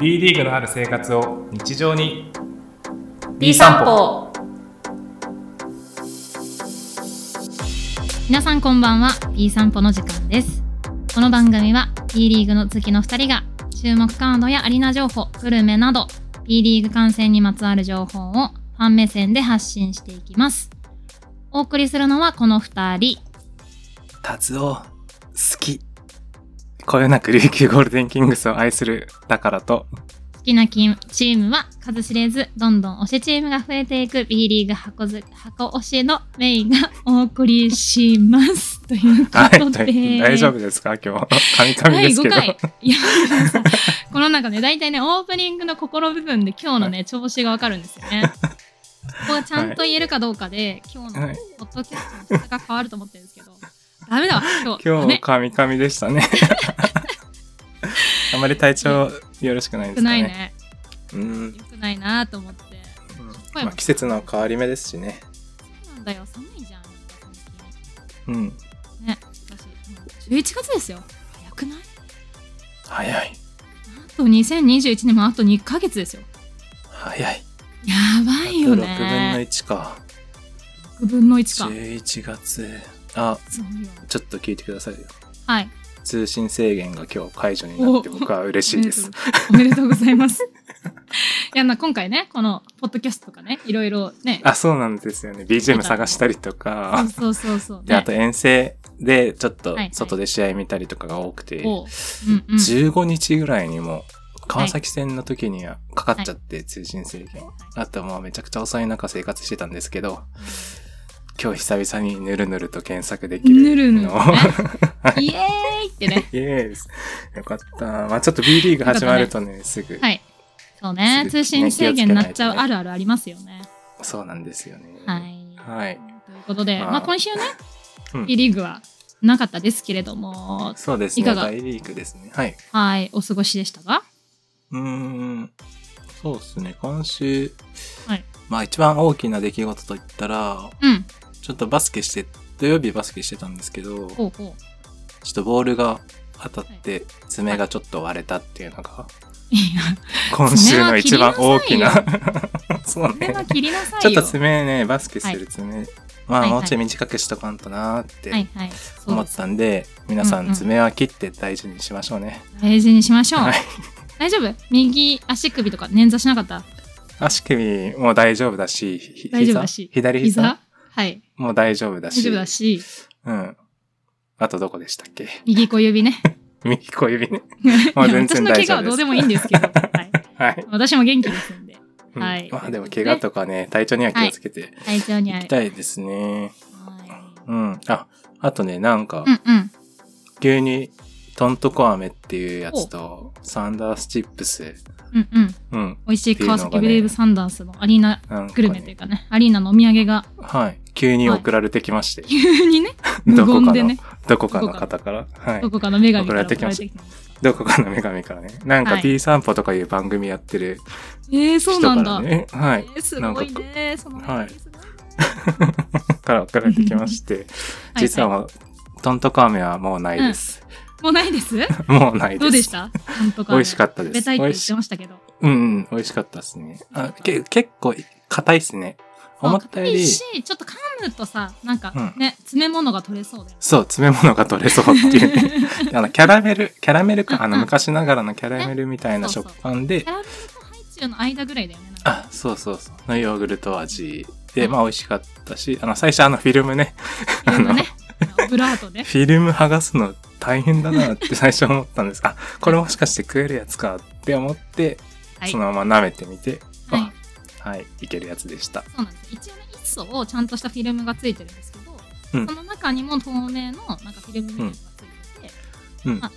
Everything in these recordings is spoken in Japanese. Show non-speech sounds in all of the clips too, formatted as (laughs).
B リーグのある生活を日常に B 散歩皆さんこんばんは B 散歩の時間ですこの番組は B リーグの月の2人が注目カードやアリーナ情報グルメなど B リーグ観戦にまつわる情報をファン目線で発信していきますお送りするのはこの2人達夫好きこよなく琉球ゴールデンキングスを愛するだからと好きなキンチームは数知れずどんどん推しチームが増えていく B リーグ箱ず箱推しのメインがお送りしますというこはいとで、大丈夫ですか今日カミカミ第ですけ5ど回。いや、 (laughs) さこの中ね、大体ね、オープニングの心部分で今日のね、調子がわかるんですよね。ここがちゃんと言えるかどうかで、今日のはいポッドキャストの質が変わると思ってるんですけど、ダメだわ、今日。今ダ日メカミカミでした (laughs) ねあまり体調よろしくないよでくすかないねね。うんうんよくないなと思って。まあ季節の変わり目ですしねそうなんだよ、寒いじゃん。うんね、私、もう11月ですよ。早くない早いあと2021年もあと2ヶ月ですよ。早いやばいよ6分のね。 1か6分の1か。 11月あそうよ。ちょっと聞いてくださいよはい。通信制限が今日解除になってお僕は嬉しいですおめでとうございます。 (laughs) いや、な今回ね、このポッドキャストとかね、いろいろね、あそうなんですよね BGM 探したりとかそうそうそうそう、で、あとね。遠征で、ちょっとはいはい外で試合見たりとかが多くて、おううんうん15日ぐらいにも、川崎戦の時にはかかっちゃって、通信制限。あともうめちゃくちゃ遅い中生活してたんですけ (laughs) ど、今日久々にぬるぬると検索できるのを。ぬる (laughs) ぬるねはイエーイってね。イエーイですよかった。まあちょっと B リーグ始まるとね、すぐ、はい。そうねす。ぐ通信制限になっちゃうあるあるありますよね。そうなんですよね。はい。はいということで、まあまあ今週ね、うん B リーグはなかったですけれども、そうですね。いかが大リーグですね。はい。はい、お過ごしでしたが、うーん、そうですね、今週、はいまあ一番大きな出来事といったら、うん。ちょっとバスケして、土曜日バスケしてたんですけど、ちょほうほう。っとボールが当たって、爪がちょっと割れたっていうのが、 (laughs) いや、今週の一番大きな爪。 (laughs) そう爪ねは。切りなさいちょよ。っと爪ね、バスケしてる爪、まはあいはいもうちょい短くしとかんとなーっはていはい。そう思でっすたんで、皆さうんんうん爪は切って大事にしましょうね。大事にしましょう。はい。大丈夫右足首とか捻挫しなかった足首も大丈夫だし、ひ大丈夫だし膝左膝膝はい。もう大丈夫だし。大丈夫だし、うん。あとどこでしたっけ (laughs) 右小指ね。右小指ね。いやまあ全私然の怪我大丈夫ですはどうでもいいんですけ (laughs) ど、はい、はい。私も元気ですんで、うんはいまあでも怪我とかね、体調には気をつけて体調いには。きたいですね。はいうん。あ、あとね、なんかう、んうん。急にトントコ飴っていうやつと、サンダースチップス。うんうん。うん。美味しい川って崎いうのがねブレイブサンダースのアリーナなんかグねルメというかね、アリーナのお土産がはい。急に送られてきまして。急にね、 (laughs) ど無こ言かでのね、、どこ (laughs) かの方から。はいど。こかの女神から送送らられれててきたんですどこかの女神からね。なんはかい B 散歩とかいう番組やってるえー、そう人なかんらだ。ね。はい。えー、すごいね、そのはいすごいねから送られてきまして、はい実はもう、トントコ飴はもうないです。もうないです (laughs) もうないです。どうでした本当か美味しかったで食すべたいって言ってましたけど。うんうん、美味しかったですね。あけ結構、硬いですね。思ったよ硬りい、し、ちょっと噛むとさ、なんかうんね、詰め物が取れそうだよね。そう、詰め物が取れそうっていうね。 (laughs) あの、キャラメル、キャラメルうんか、あの、昔ながらのキャラメルみたいなねそう食そうパンでキャ、ラメルとハイチュウの間ぐらいだよね。なんかあ、そうそうそう、のヨーグルト味で、まあ美味しかったし、あの、最初あのフィルムね、あいろんなの、ね、 (laughs) オブラートね。フィルム剥がすの大変だなって最初思ったんですが、あこれもしかして食えるやつかって思って、はい。そはい。のまま舐めてみて、そうあはい、いけるやつでした。なんですよ。一応ね、一層をちゃんとしたフィルムがついてるんですけど、うんその中にも透明のなんかフィルムみたいなのがついてて、うんあ。ね、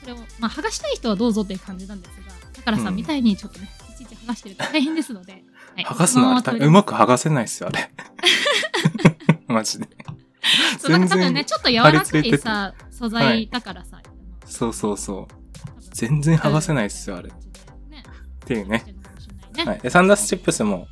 それを、まあ、剥がしたい人はどうぞっていう感じなんですが、だからさ、うんみたいにちょっとね、いちいち剥がしてると大変ですので、はい剥がすのあれそま大ま変うまく剥がせないっすよ、あれ。 (laughs) マジで。そうなんか多分全ね、然ちょっと柔らか張り付いいててさ、素は材いだからさ、そうそうそう。多分全然剥がせないっすよ、あれ。っ。ね。ていうね。ね。ははいい。でサンダースチップスも、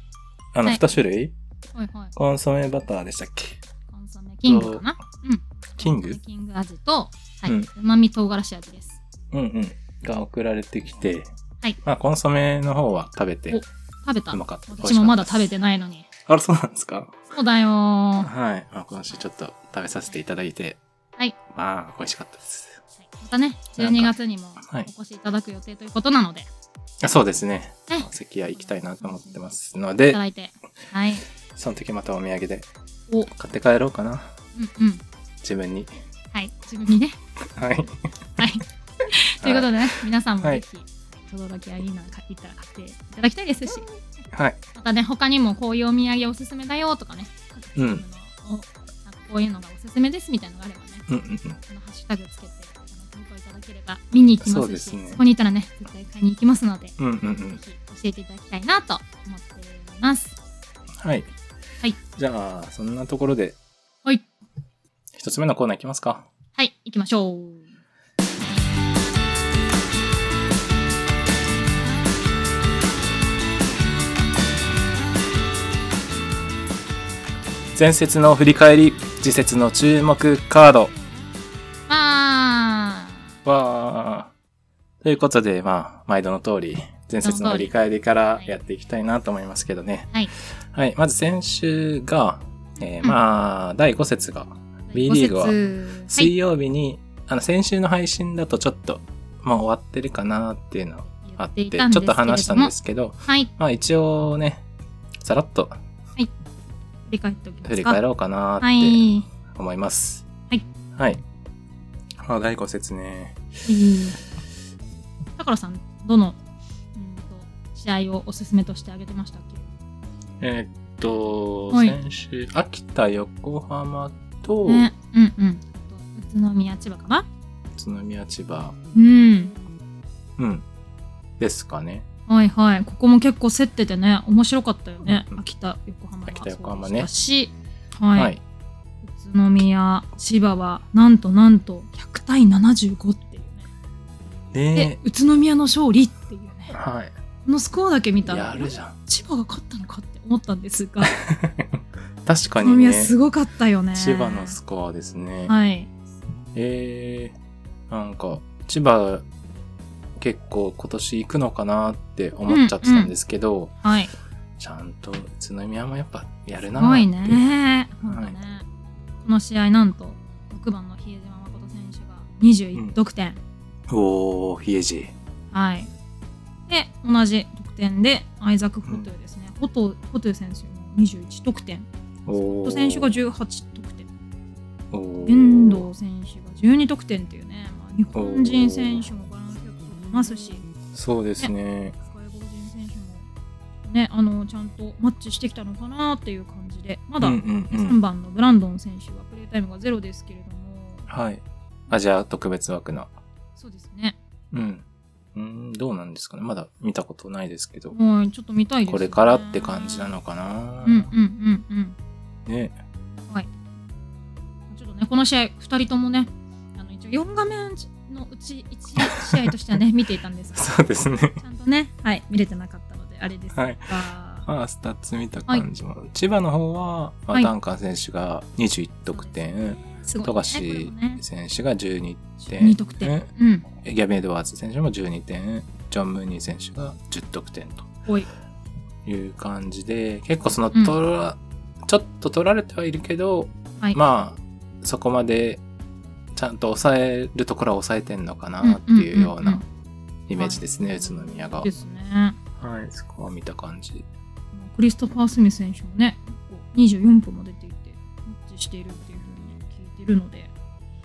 あの、はい2種類、はい。コンソメバターでしたっけコンソメキングかなうん。キングキング味と、はい。うんうまみ唐辛子味です。うんうん。が送られてきて、はいまあ、コンソメの方は食べてお、食べたうまかった。私もまだ食べて。てないのにあら、そうなんですかそうだよーはい。まあ、今週ちょっと食べさせていただいて、はいまあ、美味しかったです。またね12月にもはいお越しいただく予定ということなので、あそうですね。はいお関屋行きたいなと思ってますのい、でた、だいてはいその時またお土産でおうん買って帰ろうかな。うん自分に。はい自分にね (laughs) はい。はいということでね、皆さんもはぜいひ、轟きアリーナ買行ったら買っていただきたいですし、はい。またね、他にもこういうお土産おすすめだよとかね、各チームのおなんかこういうのがおすすめですみたいなのがあればね、うんうんうん。あのハッシュタグつけて、あの投稿いただければ見に行きまそうすでし、すねこにいたらね、絶対買いに行きますので、うんうんうぜん。ひ教えていただきたいなと思っています。はい。はい。じゃあ、そんなところで、はい、一つ目のコーナーいきますか。はい、行きましょう。前節の振り返り、次節の注目カード。まあ、わー。ということで、まあ、毎度の通り、前節の振り返りからやっていきたいなと思いますけどね。はい。はい。まず先週が、えーうんまあ、第5節が、B リーグはご説水曜日に、あの、先週の配信だとちょっと、まあ、終わってるかなっていうのあはいっ言て、いちたょんでっすけれどもと話したんですけど、はい、まあ、一応ね、さらっと振り返っておきますか。振り返ろうかなはってい。思います。はい。はい。まあ、第5節ね。高野さん、どの、うんと試合をおすすめとして挙げてましたっけえーっと、はい先週、秋田、横浜と、ね。うんうん。あと宇都宮、千葉かな宇都宮、千葉、うん。うん、ですかね。はいはい。ここも結構競っててね、面白かったよね。うんうん秋田、横浜が秋田横浜そねうでしたし、はい、はい。宇都宮、千葉は、なんとなんと、100対75っていうね。でね、宇都宮の勝利っていうね。はい。このスコアだけ見たやら、るじゃん。 (laughs) 千葉が勝ったのかって思ったんですが、確か宇都にね宮、すごかったよね。千葉のスコアですね。はい。えー、なんか、千葉、結構今年行くのかなって思っちゃってたんですけど、はい。ちゃんと宇都宮もやっぱやるすなごいーってね。はほいんとね。この試合、なんと、6番の比江島誠選手が21得点。おー、比江島。はい。で、同じ得点で、アイザック・フォトゥですね。フォトゥ、フォトゥ選手も21得点。フォおトゥー。選手が18得点。おー遠藤選手が12得点っていうね、まあ、日本人選手もバランスよく取ってますし、そうですね。外国人選手も、ね、あの、ちゃんとマッチしてきたのかなっていう感じで、まだ、うんうんう3ん。番のブランドン選手はプレータイムがゼロですけれども、はい。アジア特別枠の。そうですね。うん。うん、どうなんですかね。まだ見たことないですけど。もうちょっと見たいです、ね。これからって感じなのかな、うんうんうんうん。ね。ちょっとね、この試合、2人ともね、あの一応4画面のうち1試合としては (laughs) ね、見ていたんですが、そうですね。ちゃんとね、はい、見れてなかったので、あれですが、はいまあ、スタッツ見た感じも。千葉の方は、まはあ、いダンカン選手が21得点、すごい、ね。富樫これもね、選手が12点、 2得点。うん。ギャビン・エドワーズ選手も12点、ジョン・ムーニー選手が10得点とおい。いう感じで、結構その、とら、ちょっと取られてはいるけど、 (laughs) はい。まあ、そこまで、ちゃんと抑えるところは抑えてんのかなっていうよううんなうんうんイメージですね、宇都宮がうん。。ですね。はい、そこは見た感じ。クリストファー・スミス選手もね、結構24分も出ていて、マッチしているっていうふうに聞いてるので、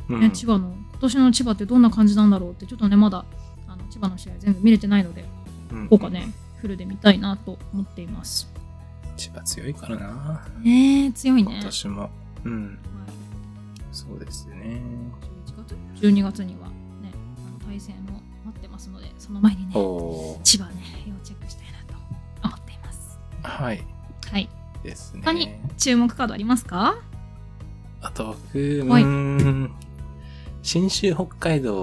うんね、千葉の今年の千葉ってどんな感じなんだろうってちょっとねまだあの千葉の試合全部見れてないのでうんこうかねフルで見たいなと思っています千葉強いからな。ねえ強いね、今はい、年も。うん、そうですね。 11月12月にはねあの対戦も待ってますのでその前におねおー千葉ね要チェックしたいなと思っていますはい。はいですね。他に注目カードありますかあと僕、うはいーん、新州北海道、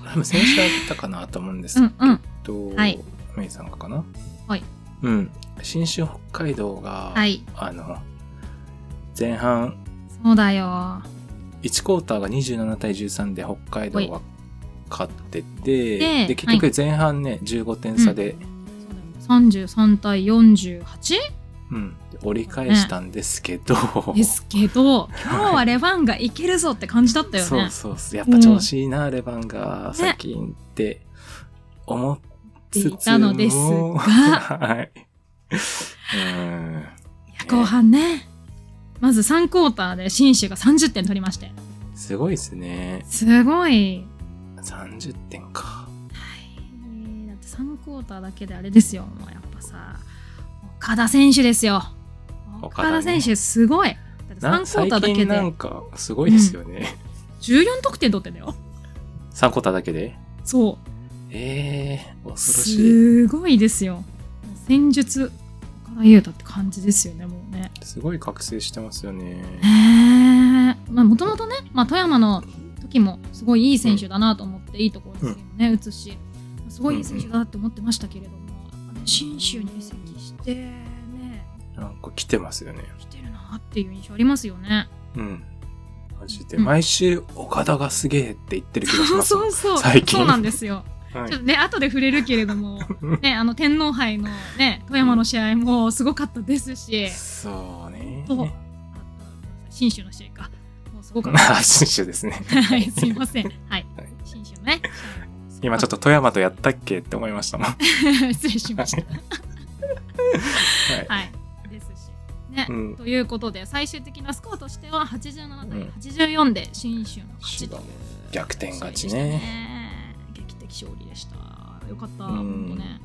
これも先週あったかなと思うんですうんうんと、はいメイさんがかなはい。うん。新州北海道が、はいあの、前半、そうだよ1クォーターが27対13で北海道はいが勝ってでて、で、結局前半ね、15点差で、 33対 48? うん、折り返したんですけど、ですけど、今日はレバンがいけるぞって感じだったよね。そうそうそう。やっぱ調子いいな、レバンが、最近って思っつつもっていたのですが (laughs) はい。うん。いや後半ね。まず3クォーターで紳士が30点取りまして。すごいですね。すごい。 30点はか。いだって3クォーターだけであれですよ。もうやっぱさ、岡田選手ですよ。岡岡田,、田ね選手すごい。だって3なクォーターだけ最近なんでか、すごいですよね。 14得点取ってんだよ。 3クォーターだけでそええー、恐ろう。しい。すごいですよ。戦術、岡田優太って感じですよね、もうね。すごい覚醒してますよね。へえ。まあもともとね、まあ、富山の時もすごいいい選手だなと思って、いいところですよね、打つし、すごいいい選手だなって思ってましたけれども、やっぱね信州に移籍してね、なんか来てますよね。来てるなっていう印象ありますよね。うん。マジで。うん毎週、岡田がすげえって言ってる気がしそうま (laughs) す。そうそう、最近そうなんですよ。はちょっい。とね、後で触れるけれど (laughs) も、ね、あの天皇杯のね、富山の試合もすごかったですし、そうね。そう信州の試合か、もうすごかっまた。あ、新種ですね。はい、すいません。はいはい、信州のね。 (laughs) 今ちょっと富山とやったっけって思いましたもん。は (laughs) 失礼しました。い。はい、ですし。ね、うんということで最終的なスコアとしては87対84で新州の勝ちという逆転勝試合でちしたね。ね劇的勝利でしたよかった、うん本当ね、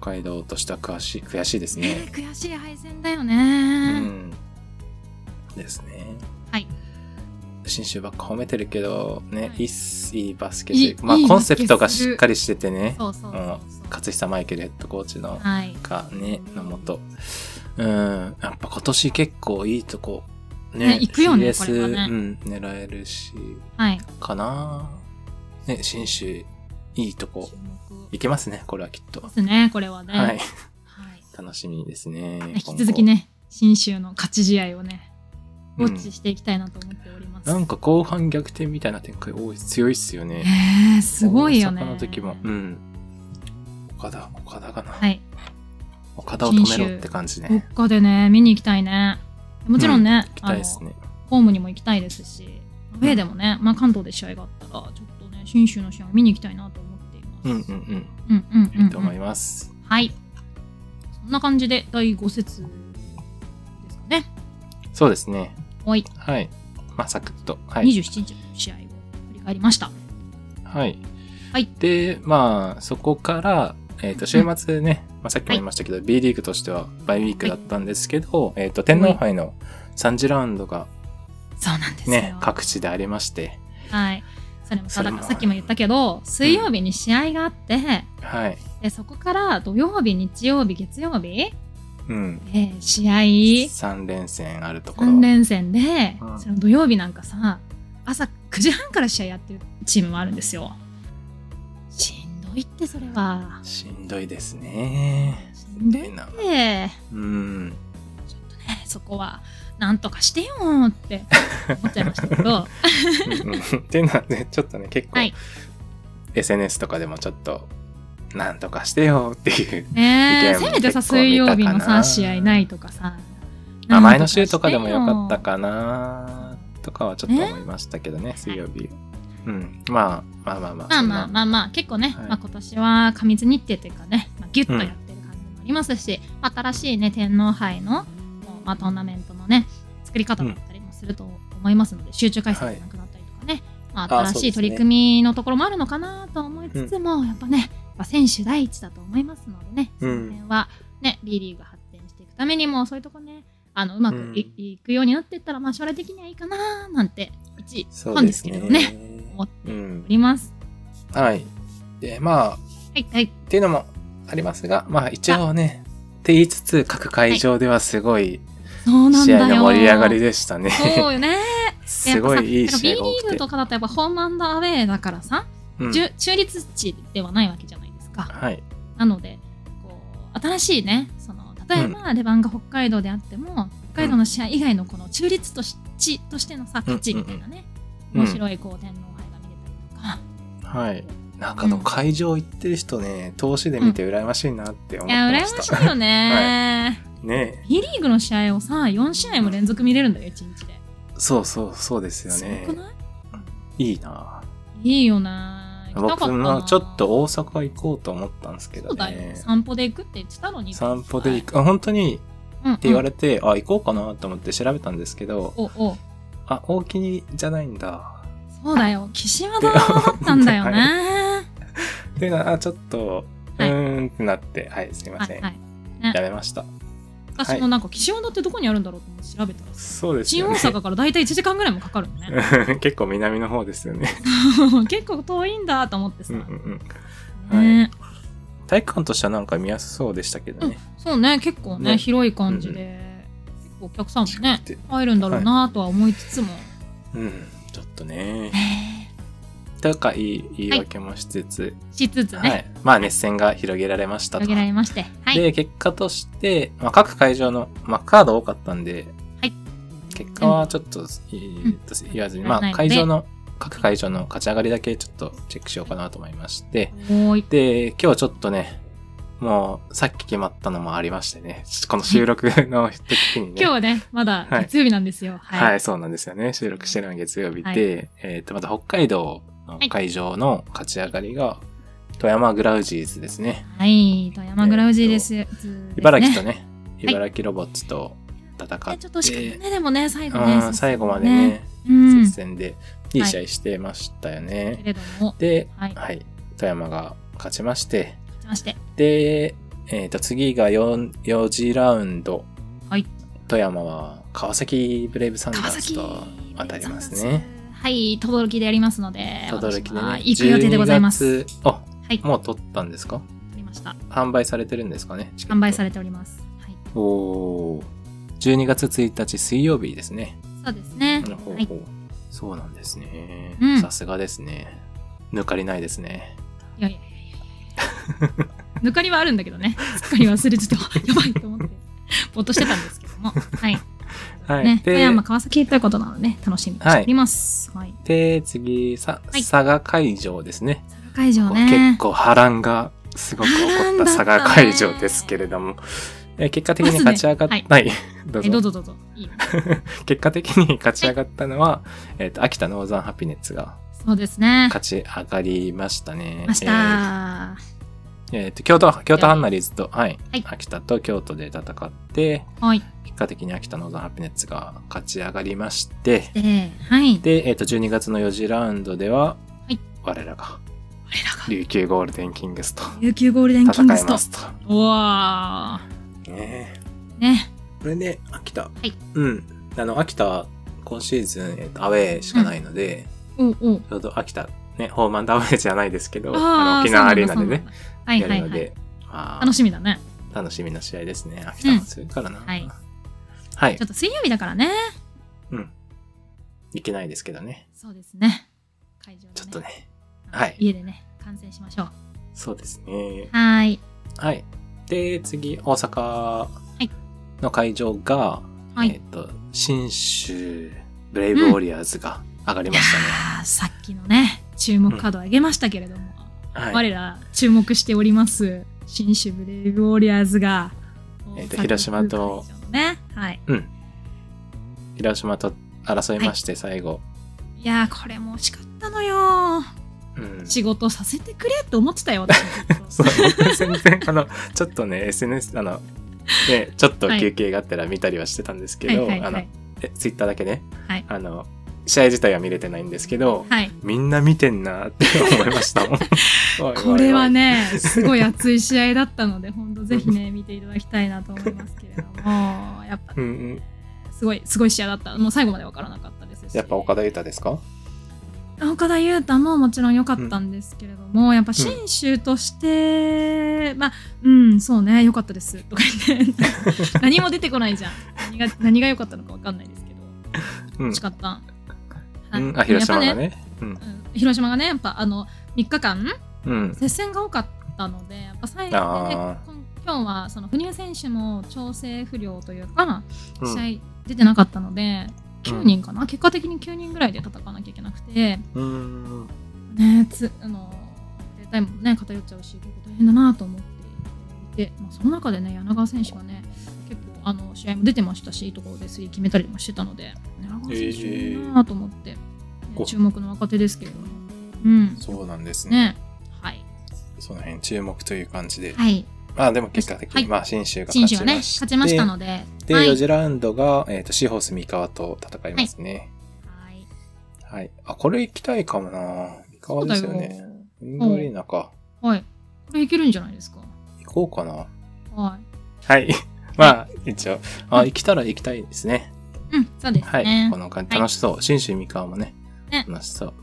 北海道としては悔しい、悔しいですえね。ー悔しい敗戦だよね、うん。ですね。はい新州ばっか褒めてるけど、ね、はいいいっすいいバスケいいしまあいいコバンスケセするプトがしっかりしててね、そうそうそうそう、勝久マイケルヘッドコーチの、はいかね、のもと。うん、やっぱ今年結構いいとこ、ね、ね行くよね CS これはねうん、狙えるし、はいかなね、新州、いいとこ注、目いけますね、これはきっとで。すねこれはね、はい。はい楽しみですね。引き続きね新州の勝ち試合をねウ今ォ後。ッチしていきたいなと思っております、うんなんか後半逆転みたいな展開多い、強いっすよね。えー、すごいよね大阪の時も。うん。岡田、岡田かな。はい岡田を止めろって感じどっね。かでね見に行きたいねもちろんね、行きあたいのですね。ホームにも行きたいですしアウェーでもね、まあ、関東で試合があったらちょっとね信州の試合を見に行きたいなと思っていますうんうんうん。うんうんうん、いいとうん思います。はいそんな感じで第5節ですかねそうですね。はい、はい。まあ、サクッと。はい。 27日の試合を振り返りましたはい。はいで、まあ、そこから、えっ、と、週末ね、まあ、さっきも言いましたけど、B リーグとしてはバイウィークだったんですけど、えっ、と、天皇杯の3次ラウンドがそうなんですよ、ね、各地でありまして、はいそれもさそれだかもらさっきも言ったけど水曜日に試合があって、はい。でそこから土曜日日曜日月曜日、うん。えー試合3連戦あるところ。 3連戦で、うんその土曜日なんかさ朝9時半から試合やってるチームもあるんですよしんどいってそれはしんどいですね。しんどいってな。ちうん。 (laughs) ょっとねそこはなんとかしてよーって思っちゃいましたけ (laughs) どうんうんっていうのはね、ちょっとね、結構、はい SNS とかでもちょっと、なんとかしてよって (laughs) いう。ねえ意見もせめてさ結構見た水曜日かなのさ試合ないとかさまあ、前の週なんとかでもよかったしてよかなとかはちょっと思いましたけどね、水曜日。うん。まあ、まあまあまあ。まあそんなまあまあまあ結構ね、はいまあ、今年は過密日程というかね、まあ、ギュッとやってる感じもありますし、まあ新しいね天皇杯の、まあ、トーナメントのね作り方だったりもすると思いますので、集中回数がなくなったりとかね、まあ、あ新そうしでいすね取り組みのところもあるのかなと思いつつも、やっぱねやっぱ選手第一だと思いますのでね、うんその辺はね B リーグ発展していくためにもそういうとこねあのうまくい,、うくようになっていったら、まあ、将来的にはいいかななんて一そ本うでですすけねれどね思っうおん。ります。はい。で、まあ、はい、はいっていうのもありますが、まあ一応ね、って言いつつ、各会場ではすごいそうなん試だよ合の盛り上がりでしたね。そう (laughs) よねすごいいい試合が多 B リーくグてと。かだとやっぱホームアンドアウェーだからさ、うんじゅ中立地ではないわけじゃないですかはい。なのでこう新しいねその例えば出番が北海道であっても、北海道の試合以外のこの中立とし地としてのさ勝ちみたいなね、うんう面んうん白いこう天皇杯が見れたりとか、はい。なんかあのうん会場行ってる人ね、投資で見て羨ましいなって思いってや、ま羨ました。しいよ (laughs) ね。ね B リーグの試合をさ、4試合も連続見れるんだよ、1日で。そうそうそうですよすねごくないいいないいよね。行きたか僕ったなもちょっと大阪行こうと思ったんですけそどうだよ。ね散歩で行くって言ってたのに。散歩で行く、あ本当にうんって言われて、あ行こうかなと思って調べたんですけどうんおおあ大きにじゃないんだそうだよ。岸和田だったんだ (laughs) よね。っていうのはあちょっとうはいーんってなってはいすいまはせん、いはい。やめました私もなんか岸和田ってどこにあるんだろうと思って調べたらさ、そうです新よ大ね阪から大体1時間ぐらいもかかるのね。 (laughs) 結構南の方ですよね結構遠いんだと思ってさ。うんうんうんうんはいね体育館としてはなんか見やすそうでしたけどね、そうね、結構ね、ね広い感じで、結構お客さんもね低くて、入るんだろうなとは思いつつも。うん、ちょっとねとか言い言い訳もしつつ、しつつはいね、まあ熱戦が広げられましたと広げられまして。はい。で結果として、まあ、各会場の、まあ、カード多かったんで、はい結果はちょっと,、えーとうん言わずに、うんまなあ、いので会場の各会場の勝ち上がりだけちょっとチェックしようかなと思いましておーい。で今日ちょっとねもうさっき決まったのもありましてねこの収録の時にね今日はね、まだはい月曜日なんですよ。はい、はい。そうなんですよね。収録してるのが月曜日で、はいえっ、と、また北海道の会場の勝ち上がりが、富山グラウジーズですね。はい。富山グラウジーです。ですね茨城とね、い茨城ロボッツと戦って、ねちょっとしかもね、でもね、最後うねん。接戦最後までね、うん。接戦で、いい試合してましたよけね。れども、で、はい。勝はい、富山が勝ちまして、ちまして。で、えっ、と、次が 4, 4次ラウンド。はい富山は川崎ブレイブサンダ川ース崎と当たりますね。。はい、轟でやりますので、轟きで私はね。行く予定でございます。 12月。あ、はい、取もう取ったんですかりました。販売されてるんですかね販売されれております。はい、おおー。12月1日水曜日ですね。そうですね。ほうほうはい、そうなんですねう。んさすがですね。抜かりないですね。いやいやいやいやいや。 (laughs) 抜かりはあるんだけどね、すっかり忘れて (laughs) て、やばいと思って、ぼーっとしてたんですけども、はい。はい。ね、で富山、川崎ということなので、ね、楽しみにしております。はい。で、次、さ、はい佐賀会場ですね。会場結ね。構波乱がすごく起こった佐賀会場ですけれども。え結果的に勝ち上がっまずねた、はい、どうえぞどうぞどうぞ。いいよ結果的に勝ち上がったのは、えっ、と、秋田ノーザンハピネッツがそうですね。勝ち上がりましたね。ました。はえーえーと、京都、京都ハンナリーズと、はい、はい秋田と京都で戦って、い。結果的に秋田ノーザンハピネッツが勝ち上がりまして、で、はい。で、えっ、と、12月の4次ラウンドでは、はい我らが、我らが琉球ゴールデンキングスと琉球ゴールデンキン戦いグスとま。すと。うわねーえね。これで、秋田。いうん。あの、秋田、今シーズン、えっとアウェーしかないので、おうおう。ちょうど秋田、ね、ホーマンダウェイじゃないですけど、ーあの沖縄アリーナそでね、。うなんだそうなんだはいやはるいのはい。で、まあ楽しみだね。楽しみな試合ですね。秋田うんも強いからな。はいはいちょっと水曜日だからね。うん。いけないですけどね。そうですね。会場で、ね。ちょっと。ね。はい家でね、観戦しましょう。そうですね。はーい。はい。で、次、大阪いの会場が、はい。えっと、新州ブレイブウォリアーズが上がりましたね。あーさっきのね、注目カードを上げましたけれども、はい。我ら注目しております、新種ブレイブウォリアーズが、えーと広島大と阪のね、はい。うん。広島と争いまして、最後。いやー、これも惜しかったのよ。うん。仕事させてくれって思ってたよ、私もずっと (laughs) そう、僕全然、あの、ちょっとね、SNS、あの、ね、ちょっと休憩があったら見たりはしてたんですけはいど、はいあはのい、。えツイッターだけね、はいあの、試合自体は見れてないんですけど、はい。みんな見てんなって思いました (laughs) もん。おいおいおいこれは。ね、すごい熱い試合だったので、本 (laughs) 当ぜひね、見ていただきたいなと思いますけれども、やっぱうね、んうん。すごい、すごい試合だった。もう最後までわからなかったですし。やっぱ岡田優太ですか岡田優太ももちろん良かったんですけれども、やっぱ信州として、まあ、うん、そうね、良かったです。とか言って、 (laughs) 何も出てこないじゃん。何が、何が良かったのかわかんないですけど、うん惜し。かった。うはいんあ、広島やがっぱねね。うん。うん広島がね、やっぱあの、3日間、うん。接戦が多かったので、やっぱ最後、ね、あこん今日はその羽生選手も調整不良というか、ーうん試合出てなかったので、うん9人かな、結果的に9人ぐらいで戦わなきゃいけなくて、うーん。ねつあの絶対もね偏っちゃうし結構大変だなと思っていて、まあ、その中でね柳川選手がね結構あの試合も出てましたしいいところでスリー決めたりもしてたので柳川選手いいなと思って、ねこ注目の若手ですけれどもうんそうなんですね。ねはいその辺注目という感じで。はいまあでも結果的に、はいまあ新州が新州勝ちがまねして勝ちましたのでで、はい、 4次ラウンドが、えっ、と、シーホース三河と戦いますね。はいはい。あ、これ行きたいかもな三河ですよそね。うだよインドアリーナか。はいこれいけるんじゃないですか行こうかな。ははい。まあ、一応。あ、行きたら行きたいですね。いうんそうですはい。ねこの感じはい楽しそう。信州三河もねね。楽しそう。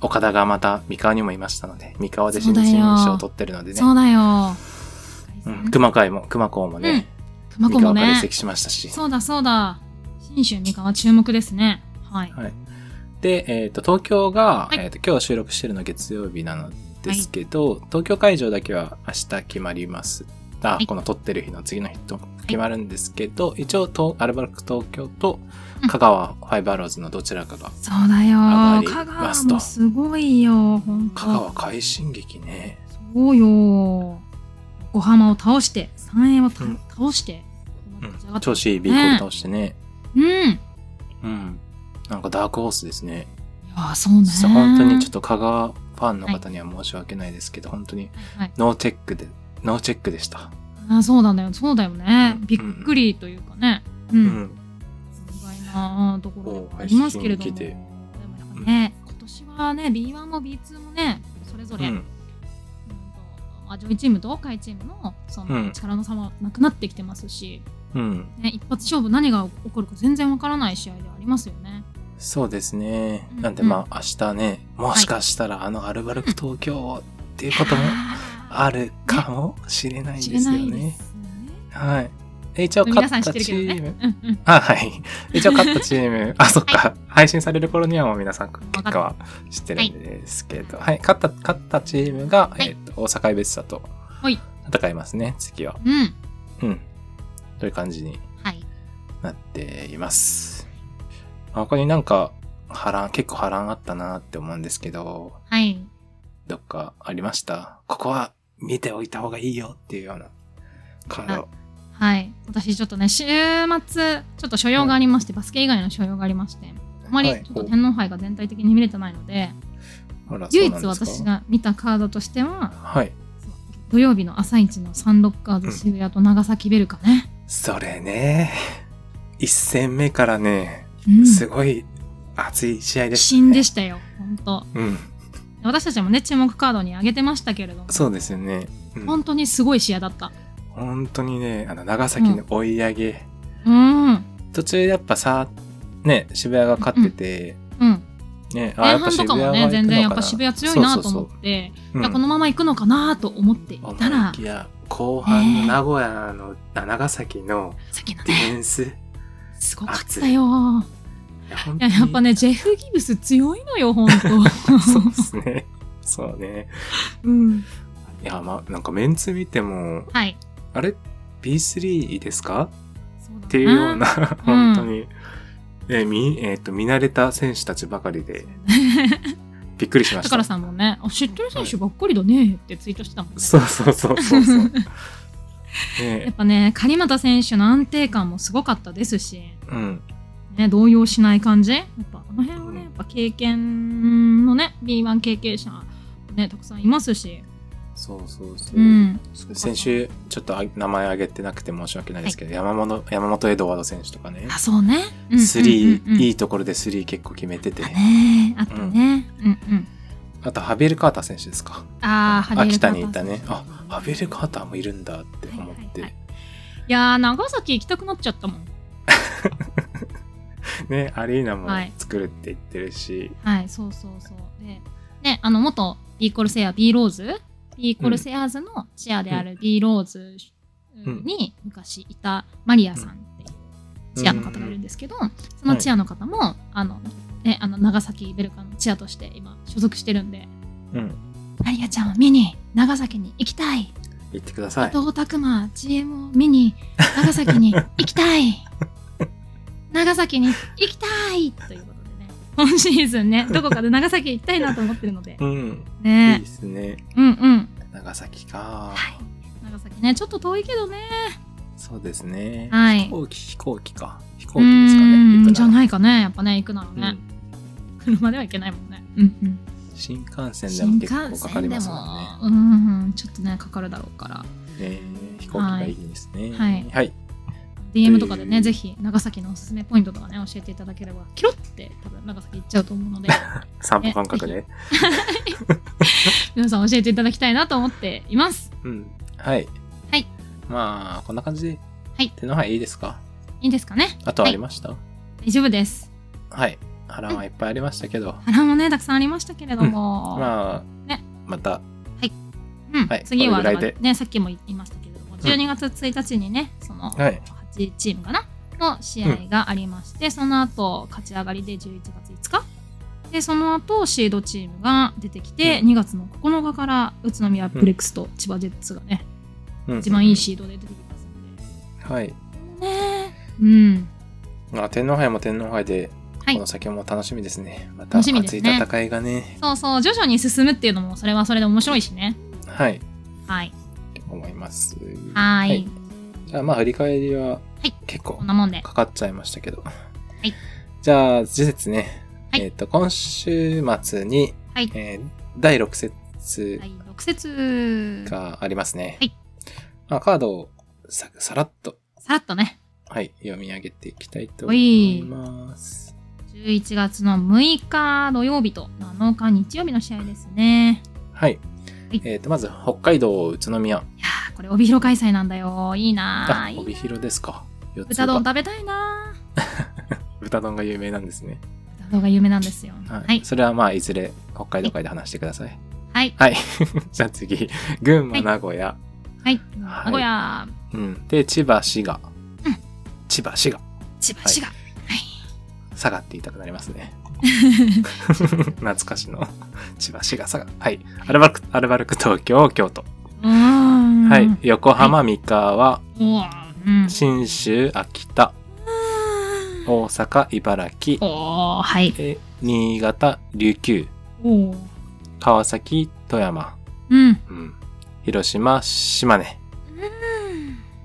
岡田がまた三河にもいましたので、三河でそう新だよ人賞を取ってるのでねそ。うだよ、うん、熊会も、熊子もね、熊子三も河から移ね籍しましたし。そうだそうだ。信州三河注目ですね。はい。はい。で、えっ、と、東京はが、いえっ、と、今日収録してるの月曜日なのですけど、東京会場だけは明日決まります。あ、はいこの撮ってる日の次の日と決まるんですけど、一応、とアルバルク東京とうん香川ファイバローズのどちらかが、そうだ上がよ。り香ま川すともすごいよ。本当。香川快進撃ね。そうよ。横浜を倒して、三円をたうん倒して、うこうなって上がん、ってる調子いい B コール倒してね。うん。いうん。なんかダークホースですね。や、そうね。さ本当にちょっっと香川ファンの方には申し訳ないですけど、本当にと。はい。ノーチェックで、ノーチェックでした。あ、そうなんだよ。そうだよねう。んびっくりというかね。う。うんん。意外なところではありますけれども。こう配信来てでもやっぱね、今年はね、B1 も B2 もね、それぞうれん。うんと、まあ、上位チームと下位チームのそうんの力の差もなくなってきてますし、うん。ね、一発勝負何が起こるか全然わからない試合ではありますよね。そうですねうん。なんでまあ明日ね、もしかしたらあのアルバルク東京をっていうこともああるかもしれない知でれすなよいでね。すはい。え一よ応ね。皆勝っさん知たってチるけどーねム。。うんうんあ、はい。一応勝ったチー (laughs) ム、あ、そっか。配信される頃にはもう皆さん結果は知ってるんですけど、はい。勝った、勝ったチームが、いえっと、大阪別佐とはい戦いますね、次は。うん。うん。という感じにはい。なっています。まあ他になんか波乱、結構波乱あったなって思うんですけど、はい。どっかありましたここは見ておいた方がいいよっていうようなカード。はい。私ちょっとね、週末、ちょっと所用がありまして、バスケ以外の所用がありまして、あまりはいちょっと天皇杯が全体的に見れてないので、あら唯一そうなんですか私が見たカードとしては、はい。土曜日の朝一のサンロッカーズ渋谷と長崎ベルカね。それね。一戦目からね、うん、すごい熱い試合でした、ね。真でしたよ、本当。うん。私たちもね、注目カードに上げてましたけれども、そうですよね。うん本当にすごい試合だった。本当にね、あの、長崎の追い上げ。うん。途中やっぱさ、ね、渋谷が勝ってて、うん、ね、前半とかもね、全然やっぱ渋谷強いなと思てって、うんじゃあこのまま行くのかなと思っていた思らい、きや後半の名古屋の、あ長崎のさっきのディね、フェンス、すごかったよ。本い当や、にやっぱね、ジェフ・ギブス強いのよ、本そう当。ですねそうねうん。いやまあなんかメンツ見てもはい。あれ B3 ですかそうだねっていうようなうん本当に、ねみえっと見慣れた選手たちばかりでびっくりしまだしかたらさんもね、あ知ってる選手ばっかりだねってツイートしてたもんね。そうそうそうそうそう (laughs) ねやっぱね、狩俣選手の安定感もすごかったですし、うんね、動揺しない感じ、やっぱあの辺はうんね、やっぱ経験のね、B1 経験者、ね、たくさんいますし、そうそうそう、うん、すごかった先週ちょっとあ名前挙げてなくて申し訳ないですけど、山本山本エドワード選手とかねあ、そうね、うんスリー、いいいところでスリー結構決めてて、ね、あったね、うんうん。あとハビエル・カーター選手ですかああ、ハリエ秋ル田カーターにいたねあハビエル・カーいターもいるんだって思って、はいはいはいやー、長崎行きたくなっちゃったもん。ねアリーナもはい作るって言ってるし、はい、そうそうそう。で、ね、あの、元 B コルセア、B ローズ、B コルセアーズのチアである B ローズうんに昔いたマリアさんっていうチアの方がいるんですけど、そのチアの方も、あの、ね、あの、長崎ベルカのチアとして今所属してるんで、うん、マリアちゃんを見に、長崎に行きたい。言ってください伊藤拓磨 GM を見に、長 (laughs) 崎に行きたい。長崎に行きたいということでね。今シーズ (laughs) ンね、どこかで長崎行きたいなと思ってるので。うん。いいねですね。うんうん。長崎か。長崎ね、ちょっと遠いけどね。そうですね。はい飛。行機、飛行機か。飛行機ですかね。行くなうらんじゃないかね。やっぱね、行くならね。うん車では行けないもんね。うんうん。新幹線で新も幹結構かか線りでますもんねも。、うん、ちょっとね、かかるだろうから。えー飛行機がいいですね。はいはい。 DM とかでえね、ーぜひ長崎のおすすめポイントとかね、教えていただければ、キロって多分長崎行っちゃうと思うので、散歩感覚で。皆さん教えていただきたいなと思っています。うん。はい。はい。まあ、こんな感じで。はい手の範囲いいですかいいですかねあとはありましたはい、大丈夫です。腹はいっぱいありましたけど。腹もね、たくさんありましたけれども、まあ、ねまた、うんはい次はこだれぐからいらね、さっきも言いましたけれども、12月1日にね、その、はい。 8チームかなの試合がありまして、その後勝ち上がりで11月5日でその後シードチームが出てきて、うん2月の9日から宇都宮ブレックスと千葉ジェッツがね、うん一番いい。シードで出てきますのではい。ねうんまあ、天皇杯も天皇杯で、はいこの先も楽しみですね。また楽し熱みですいね戦いがね、そうそう徐々に進むっていうのもそれはそれで面白いしねはい、はい思います。はーいはいじゃあまあ振り返りははい結構こんなもんでかかっちゃいましたけど。いじゃあ、次節ね。はいえっ、と、今週末に、はいえー第6節第6節がありますね。はいまあ、カードをささらっと、さらっとねはい、読み上げていきたいおと思いいます。 11月の6日土曜日と7日日曜日の試合ですねはい。はいえっ、と、まず、北海道宇都宮。いやーこれ帯広開催なんだよいいなーいいなー帯広ですか。四つ豚葉丼食べたいなぁ豚丼が有名なんですね。豚丼が有名なんですよは。はいいそれはまあ、いずれ北海道会で話してください。はいはい。 (laughs) じゃあ次、群馬、名古屋。はい名古屋うん。で、千葉、滋賀。うん千葉、滋賀。千葉滋賀佐賀って言いたくなります (laughs) ね。懐かしの。千葉、滋賀、佐賀。はい。アルバルク、アルバルク東京、京都。うーんはい。横浜、三河、おーうん信州、秋田、大阪、茨城、おーはいえ新潟、琉球、おー川崎、富山。うんうん。広島、島根。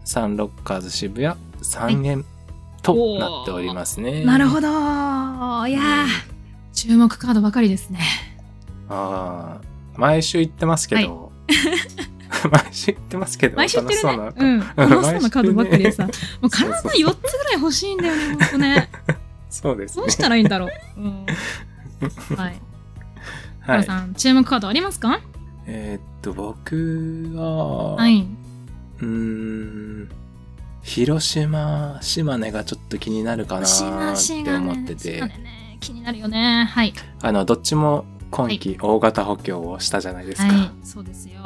サンロッカーズ渋谷3円となっておりますね。なるど。ほどいやー注目カードばかりですねああ、毎週言ってますけど、 (laughs) 毎週言ってますけど、毎週言ってるね楽しそううな。 (laughs) ん楽しそうなカードばっかりでさもう体そうそう4つぐらい欲しいんだよねほんと (laughs) ねそうですどねう。したらいいんだろう (laughs) うんはいは皆い。さん注目カードありますかえーっと、僕は、はういーん、広島、島根がちょっと気になるかなしなーしってが思っねて、してがねね気になるよねはいあの、どっちも今季大型補強をしたじゃないですか。はいそうですよ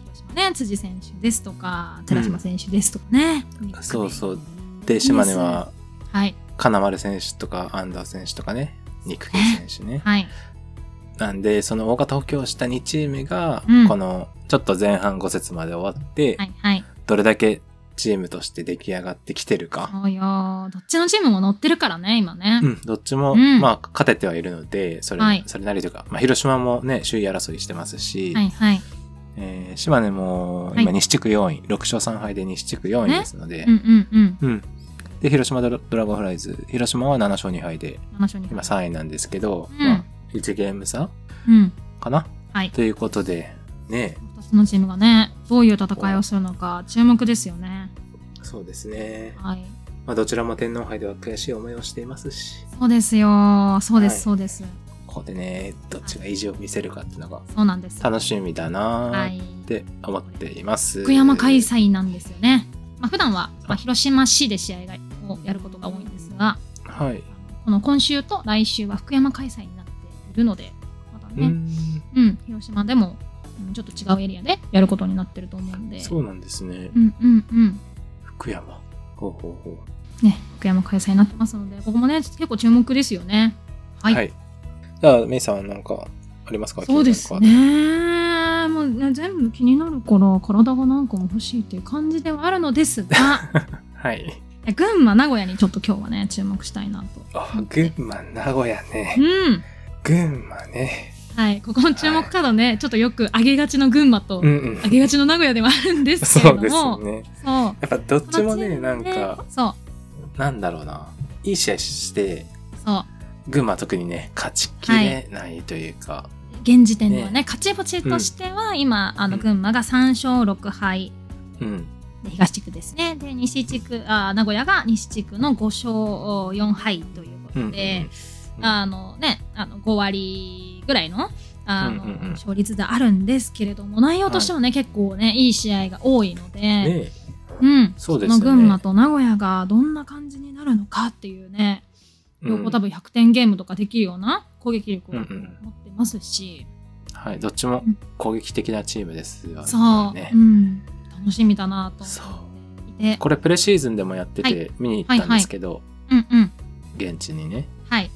広島ね辻選手ですとか寺島選手ですとかね、そうそうう。で、島根は、はい金丸選手とか安藤選手とかね、肉球選手ね。はいなんで、その大型補強した2チームがう、んこの、ちょっと前半5節まで終わっては、いはいどれだけチームとして出来上がってきてるか。そうよどっちのチームも乗ってるからね今ね、うん、どっちも、うんまあ、勝ててはいるので、それ、はいそれなりというか、まあ、広島もね、首位争いしてますし、はいはいえー島根も、は今、い西地区4位、6勝3敗で西地区4位ねですので、うんうんうんうん。で、広島ドラドラゴンフライズ、広島は7勝2敗で、 7勝2今3位なんですけど、うんまあ、1ゲーム差うんかなはいということで、ね、 2つのチームがねどういう戦いをするのか注目ですよねそうですね。はいまあ、どちらも天皇杯では悔しい思いをしていますし、そうですよそうです、はいそうですここでね、どっちが意地を見せるかっていうのがそうなんです楽しみだなはーいって思っています。福山開催なんですよね、まあ普段はまあ広島市で試合がをやることが多いんですがはい。この今週と来週は福山開催になっているのでまたうーね、ん、うん広島でも、うんちょっと違うエリアでやることになってると思うんでそうなんですね。うんうんうん福山。ほうほうほう。ね福山開催になってますのでここもね結構注目ですよねはい、じゃあ、メイさんはなんかありますかそうです。気になるねもうね全 (laughs) 部気になるから体がなんかも欲しいっていう感じではあるのですがカードはい。え群馬、名古屋にちょっと今日はね、注目したいなと。あ、群馬、名古屋うね。ん。群馬ね。はい。ここも注目カードね、ちょっとよく上げがちの群馬と、うんうん上。げがちの名古屋ではあるんですけれそどうですも、ね。そう。やっぱどっちもね、このチなームんでか、そう、なんだろうな。いい試合して、そう。群馬特にね、勝ちきれないというか、現時点ではね、ね勝ち星としては、今、あの、うん群馬が3勝6敗うん。で、東地区ですね。で、西地区、あー名古屋が西地区の5勝4敗というこうんうとんで、うんあのね、あの5割ぐらいの、あの、うんうんうん勝率であるんですけれども、内容としてもね、結構ね、いい試合が多いので、うん。ねうん。そうですこのよね。群馬と名古屋がどんな感じになるのかっていうね、両方多分100点ゲームとかできるような攻撃力をうん持っうんてますし、はい、どっちもうん攻撃的なチームですよね。そう、ねうん、楽しみだなとそう思っていて、これプレシーズンでもやってはて見に行ったんですけど、うんうん、現地にね、はい、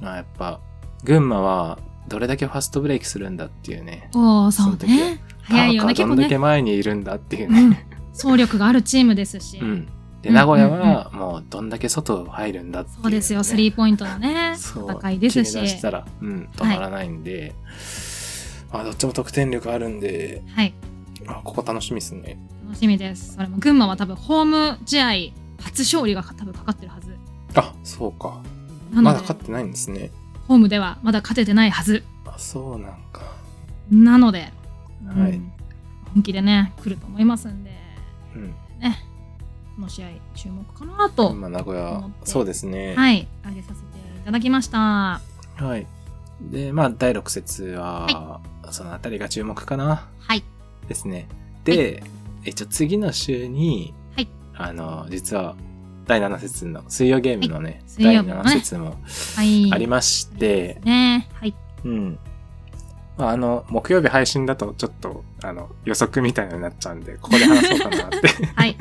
まあ、やっぱ群馬はどれだけファストブレイクするんだっていうねおーそうその時はね、早いよパね、ーカ結ー構どんだけね、前にいるんだっていううね。 (laughs) ん、総力があるチームですし、うん、でうん名古屋はもうどんだけ外入るんだっていう、ねそうですよ、スリーポイントのね、そう戦いですし決め出したら、うん、止まらないんで、まあ、どっちも得点力あるんで、はい、あここ楽しみですね。楽しみです。それも群馬は多分ホーム試合初勝利が多分かかってるはず。あそうかなまので、だ勝ってないんですね。ホームではまだ勝ててないはず。あそうなんか。なので、はいうん本気でね、来ると思いますんで、うんね、この試合、注目かなと、まあ、名古思屋ってそうですねはい、はい、挙げさせていただきました。でまあ第6節は、その辺りが注目かなはい、ですねで、一応次の週に、はいあの実は第7節の水曜ゲームのね、水曜第日のね7節もはい。ありまして、ね、はい、うんまあ、あの木曜日配信だとちょっとあの予測みたいになっちゃうんでここで話そうか (laughs) なってはい、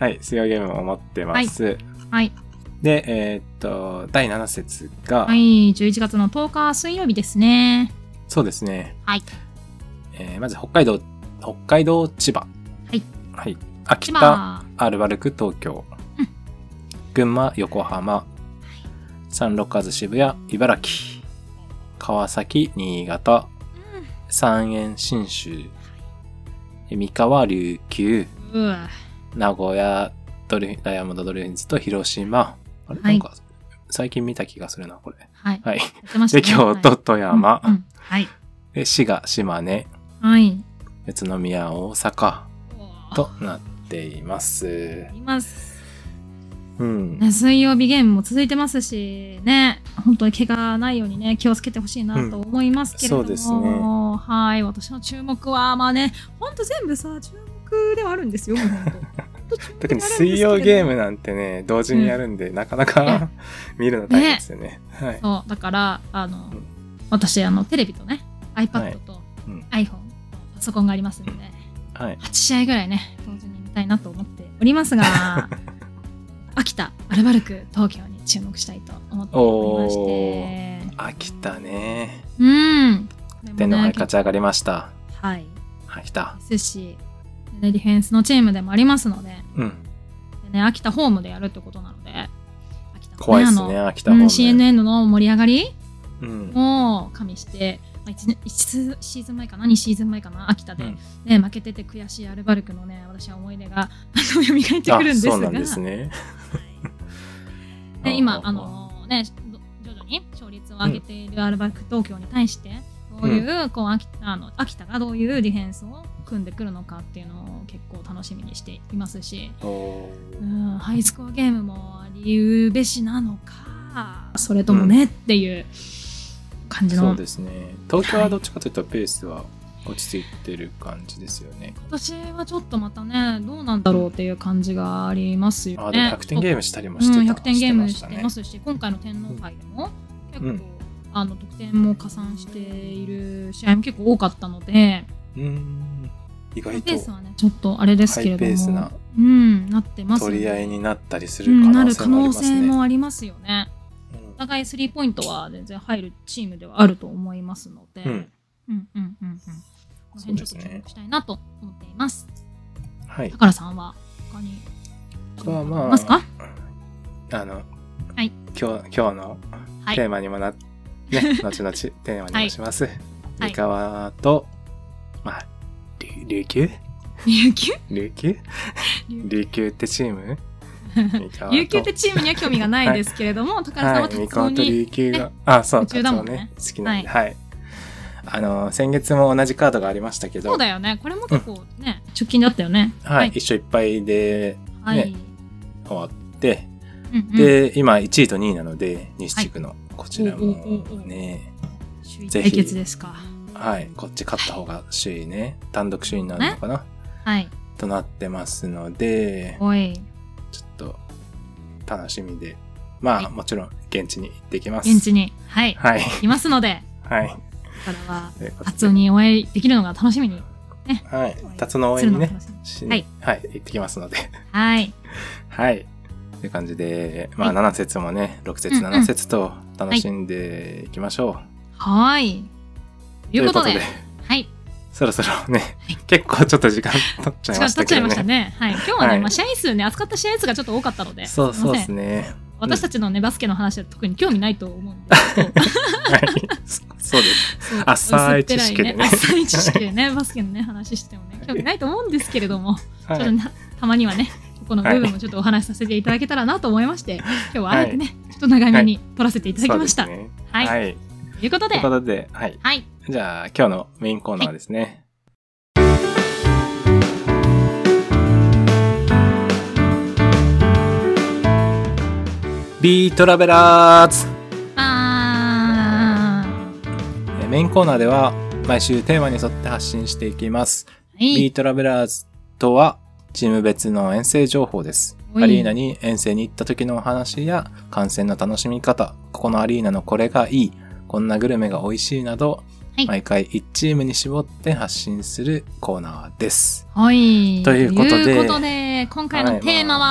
はい水曜ゲームも思ってます、 (laughs) はい、でえーっと第7節が、はい、11月の10日水曜日ですね。そうですね。はい。えーまず北海道、北海道、千葉。はい。はい。秋千田、葉、アルバルク、東京。うん群馬、横浜。サンロッカーズ、渋谷、茨城。川崎、新潟。三円、信州。え三河、琉球。うん、うわ名古屋、ドリフダイヤモンドドリフィンズと広島。あれ、はいなんか、最近見た気がするな、これ。はい、や (laughs) はい。ってましたで、ね。京都、富は山。いうんうんはい、で滋賀、島根。はい。宇都宮、大阪。おーとなっていますあ。ります。うん。ね、水曜日ゲームも続いてますし、ね、本当に怪我ないようにね、気をつけてほしいなと思いますけれども、うんそうですねはい、私の注目は、まあね、本当全部さ、注目ではあるんですよ、もう本当本当注目 (laughs) 特に水曜ゲームでなんてね、同時にやるんで、なかなか (laughs) 見るの大変ですよね。はあい。るんですけれどもそう、だから、あのうん、私、あの、テレビとね、は iPad いとうん iPhone、パソコンがありますんで、はい。 8試合ぐらいね、同時に見たいなと思っております (laughs) が、秋田、アルバルク、東京に注目したいと思っておりまして。秋田ね。うん。天皇杯勝ち上がりました。はい。秋田。ですし、でねディフェンスのチームでもありますので、うん。でね、秋田ホームでやるってことなので、秋田怖いですあね、の秋田う方ん、面。 CNN の盛り上がりうん。も加味して、まあ、1, シーズン前かな、2シーズン前かな、秋田で、うんね、負けてて悔しいアルバルクのね、私は思い出が (laughs) あの蘇ってくるんであ、すが、そうなんですね。 (laughs) で今ああのねど徐々に勝率を上げているアルバルク東京に対してどういう、こう秋あの秋田がどういうディフェンスを組んでくるのかっていうのを結構楽しみにしていますし、おうーん、ハイスコアゲームも理由べしなのかそれともね、っていう感じのそうですね。東京はどっちかというとペースは落ち着いてる感じですよね。今年はちょっとまたねどうなんだろうっていう感じがありますよね。あ、でも100点ゲームしたりもしてたうん、100点ゲームしてねますし今回の天皇杯でも結構、うんあの得点も加算している試合も結構多かったので、うん。意外とペースはねちょっとあれですけれどハイペースもなうん、なってますよ取ねり合いになったりすうるん、可な能る性可もあり能ます性ね。もありますよね。お互いスリーポイントは全然入るチームではあると思いますので、うんうんうんうんうんうん、この辺ちょっと注目したいなと思っています。はい。高田さんは他にとはまあ、ますかあの、はい今日、今日のはいテーマにもな、 (laughs) ね、後々テーマにもします。はい三河と、まあ、り琉球琉球琉球琉琉球ってチ (laughs) ーム三河と琉球ってチームには興味がないですけれども、高田さんは、はい鉄三道河とに、琉球が、あ、そう、途中だもんねカツオ好きなんで、はい。あの、先月も同じカードがありましたけど、そうだよね。これも結構ね、直近だったよね。はい、。一勝いっぱいではいね。終わって、うんうん、で、今1位と2位なので、西地区の、こちおらうおうおもうおうね、首位ぜ対ひ決ですか。はい、こっち勝った方が首位ね、単独首位になるのかな、はい。となってますので、おい、ちょっと楽しみで、まはあ、いもちろん現地に行ってきます。現地に、はい、はい、いますので、はい。これは、ということで初にお会いできるのが楽しみに、はい、達の応す援るにのがね楽、しみ。しはいはい、行ってきますので、 (laughs) はい。はい。という感じで、まあ、はい7節もね、6節、うんうん7節と楽しんでいきましょう。はい。ということで、ということはい。そろそろね、結構ちょっと時間取っち時ゃいま間し経たっちゃけいどましたね。ね。はい。今日はね、はいまあ、試合数ね、扱った試合数がちょっと多かったので、そうすいそまうでせんすね。私たちのね、バスケの話は特に興味ないと思うんで、はい。そそうです。そう浅い知識でね薄っぺらい浅い知識でね、 (laughs) バスケのね、話してもね、興味ないと思うんですけれども、はちょっとい。なたまにはね、ここの部分もちょっとお話しさせていただけたらなと思いまして、今日はあえてね、ちょっと長めに撮らせていただきました。そうですねはいはい。ということといで、うことで、はい。はい。じゃあ、今日のメインコーナーですね。ビートラベラーズあえーメインコーナーでは毎週テーマに沿って発信していきます。ー。はい。ビートラベラーズとはチーム別の遠征情報です。おいアリーナに遠征に行った時のお話や観戦の楽しみ方、ここのアリーナのこれがいい、こんなグルメが美味しいなど、はい毎回1チームに絞って発信するコーナーです。はい。ということでということで今回のテーマは、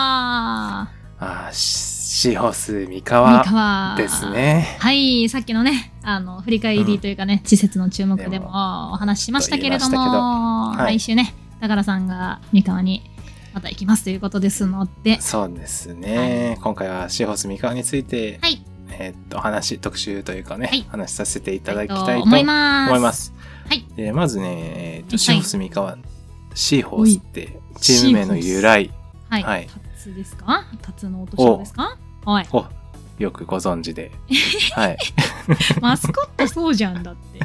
あー、しシホス三三河河です。ね。はい、さっきのね、あの、振り返りというかね、施設の注目ででももお話ししましたけれども、と言いましたけどは来い週ね、高田さんが三河にまた行きますということですので、そうですね。今回はシホス三河について、はい、えーっと、話、特集というかね、はい話しさせていただきはたいと思います。思います。はい。でまずね、えーはいとシーホース三河、シーホースってチーム名の由来はい。はいタツですかタツの落とし物ですかはい。をよくご存 (laughs) 知で、はい、マスコットそうじゃんだ (laughs) って。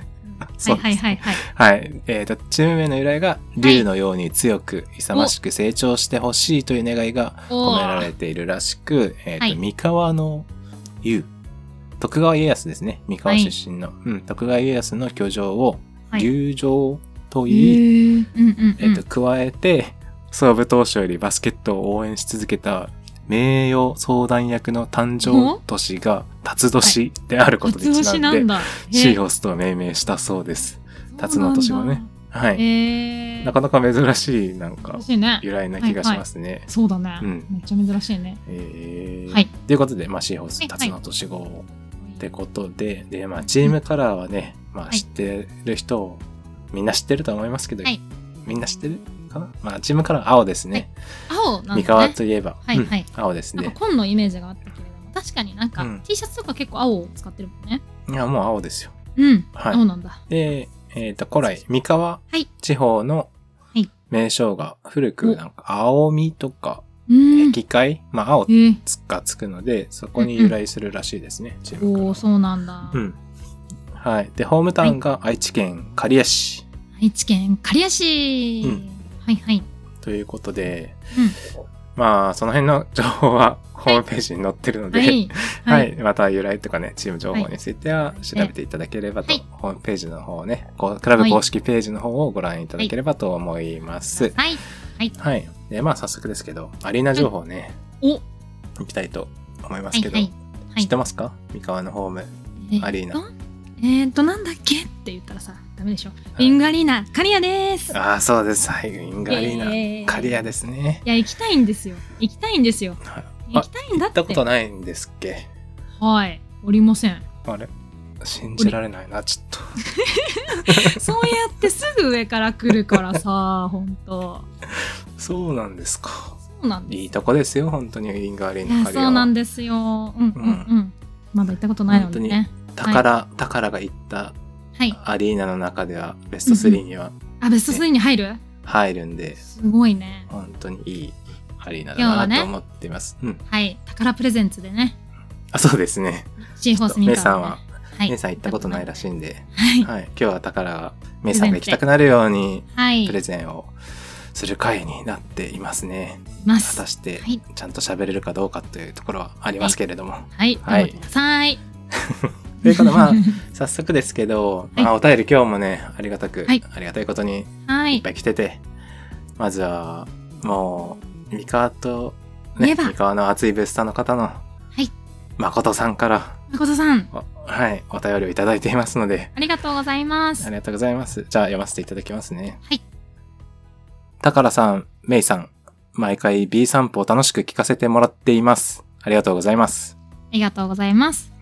そうはいはいはいはい。はい、えーとチーム名の由来が竜のように強く勇ましく成長してほしいという願いがお込ーめられているらしく、えーとはい三河の湯徳川家康ですね三河出身の、うん、徳川家康の居城をはい竜城とへ言い、ーうんうんうん。えっと、加えて、創部当初よりバスケットを応援し続けた名誉相談役の誕生年が辰年であることにタツちしななんんで、だ。シーを、ホスと命名したそうです。タツそうなのんだ年もね。はい。へえ。なかなか珍しい、なんか楽、しいね。由来な気がしますね。そうだね、うんめっちゃ珍しいね。えーはいということで、まあ、シーホーはス、いはタいツの年号ってことで、で、まあ、チームカラーはね、まあ、はい知ってる人を、みんな知ってると思いますけど、はいみんな知ってるかなまあ、チームカラーは青ですね。はい青なん三だ河ね。といえば、はいはいうん青ですなんかね。紺のイメージがあったけれども、確かになんかうん T シャツとか結構青を使ってるもんね。いや、もう青ですよ。うん、はい青なんだ。で、えっ、と、古来、三河はい地方のはい名称が古く、なんか、青みとか、うん。壁界、まあ、青えー、がつくので、そこに由来するらしいですね、チームカおラお、ーそうなんだ。うん。はい。で、ホームタウンが愛知県刈谷市愛知県刈谷市、うんはいはい。ということで、うんまあ、その辺の情報はホームページに載ってるので、はい。ははい。い、また由来とかね、チーム情報については調べていただければと、はいホームページの方をね、こうクラブ公式ページの方をご覧いただければと思います。はい。はい。はい。で、まあ早速ですけど、アリーナ情報ね、お、は行きたいと思いますいけど、はい。はい知ってますか三河のホーム。えーっとアリーナ。えーっと、なんだっけって言ったらさ、ダメでしょ。リングアリーナ、刈谷です。ああ、そうです。はい、イングアリイーエーイナ。カリアですね。いや、行きたいんですよ。行きたいんですよ。はい行あき、たいんだ行っ。ってたことないんですっけはい。おりません。あれ信じられないな、ちょっと。そうやっ (laughs) てすぐ上から来るからさ、ほんと。そうなんですか。そそうなんですいいとこですよ、本当にウィンガーレンいやのカリそアうは。なんですよ。うんうんうん。まだ行ったことないのでね。宝、宝が行ったはい。アリーナの中ではベスト3にはあ、ベスト3に入る入るんで、すごいね。本当にいいアリーナ要はだなねと思っています。うん。はい。宝プレゼンツでね。あ、そうですね。シーホースミメイカーさんをねは、はいメイさん行ったことないらしいんで、はい。はい。今日は宝が、メイさんが行きたくなるようにはい。プレいゼンをする回になっていますね。ま果すた。してはい、ちゃんと喋れるかどうかというところはありますけれども。はい。頑はい張ってください。 (laughs) ということで、まあ、早速ですけど、はいまあ、お便り今日もね、ありがたく、はいありがたいことに (laughs) はいっいぱ。い来てて、まずは、もう、ミカワと、いえね、ばミカワの熱いベスターの方の、い誠さんから、誠さん、おはい、お便りをいただいていますので、ありがとうございまあす。りがとうございます。じゃあ読ませていただきますね。はい。たからさん、めいさん、毎回 B 散歩を楽しく聞かせてもらっています。ありがとうございます。ありがとうございます。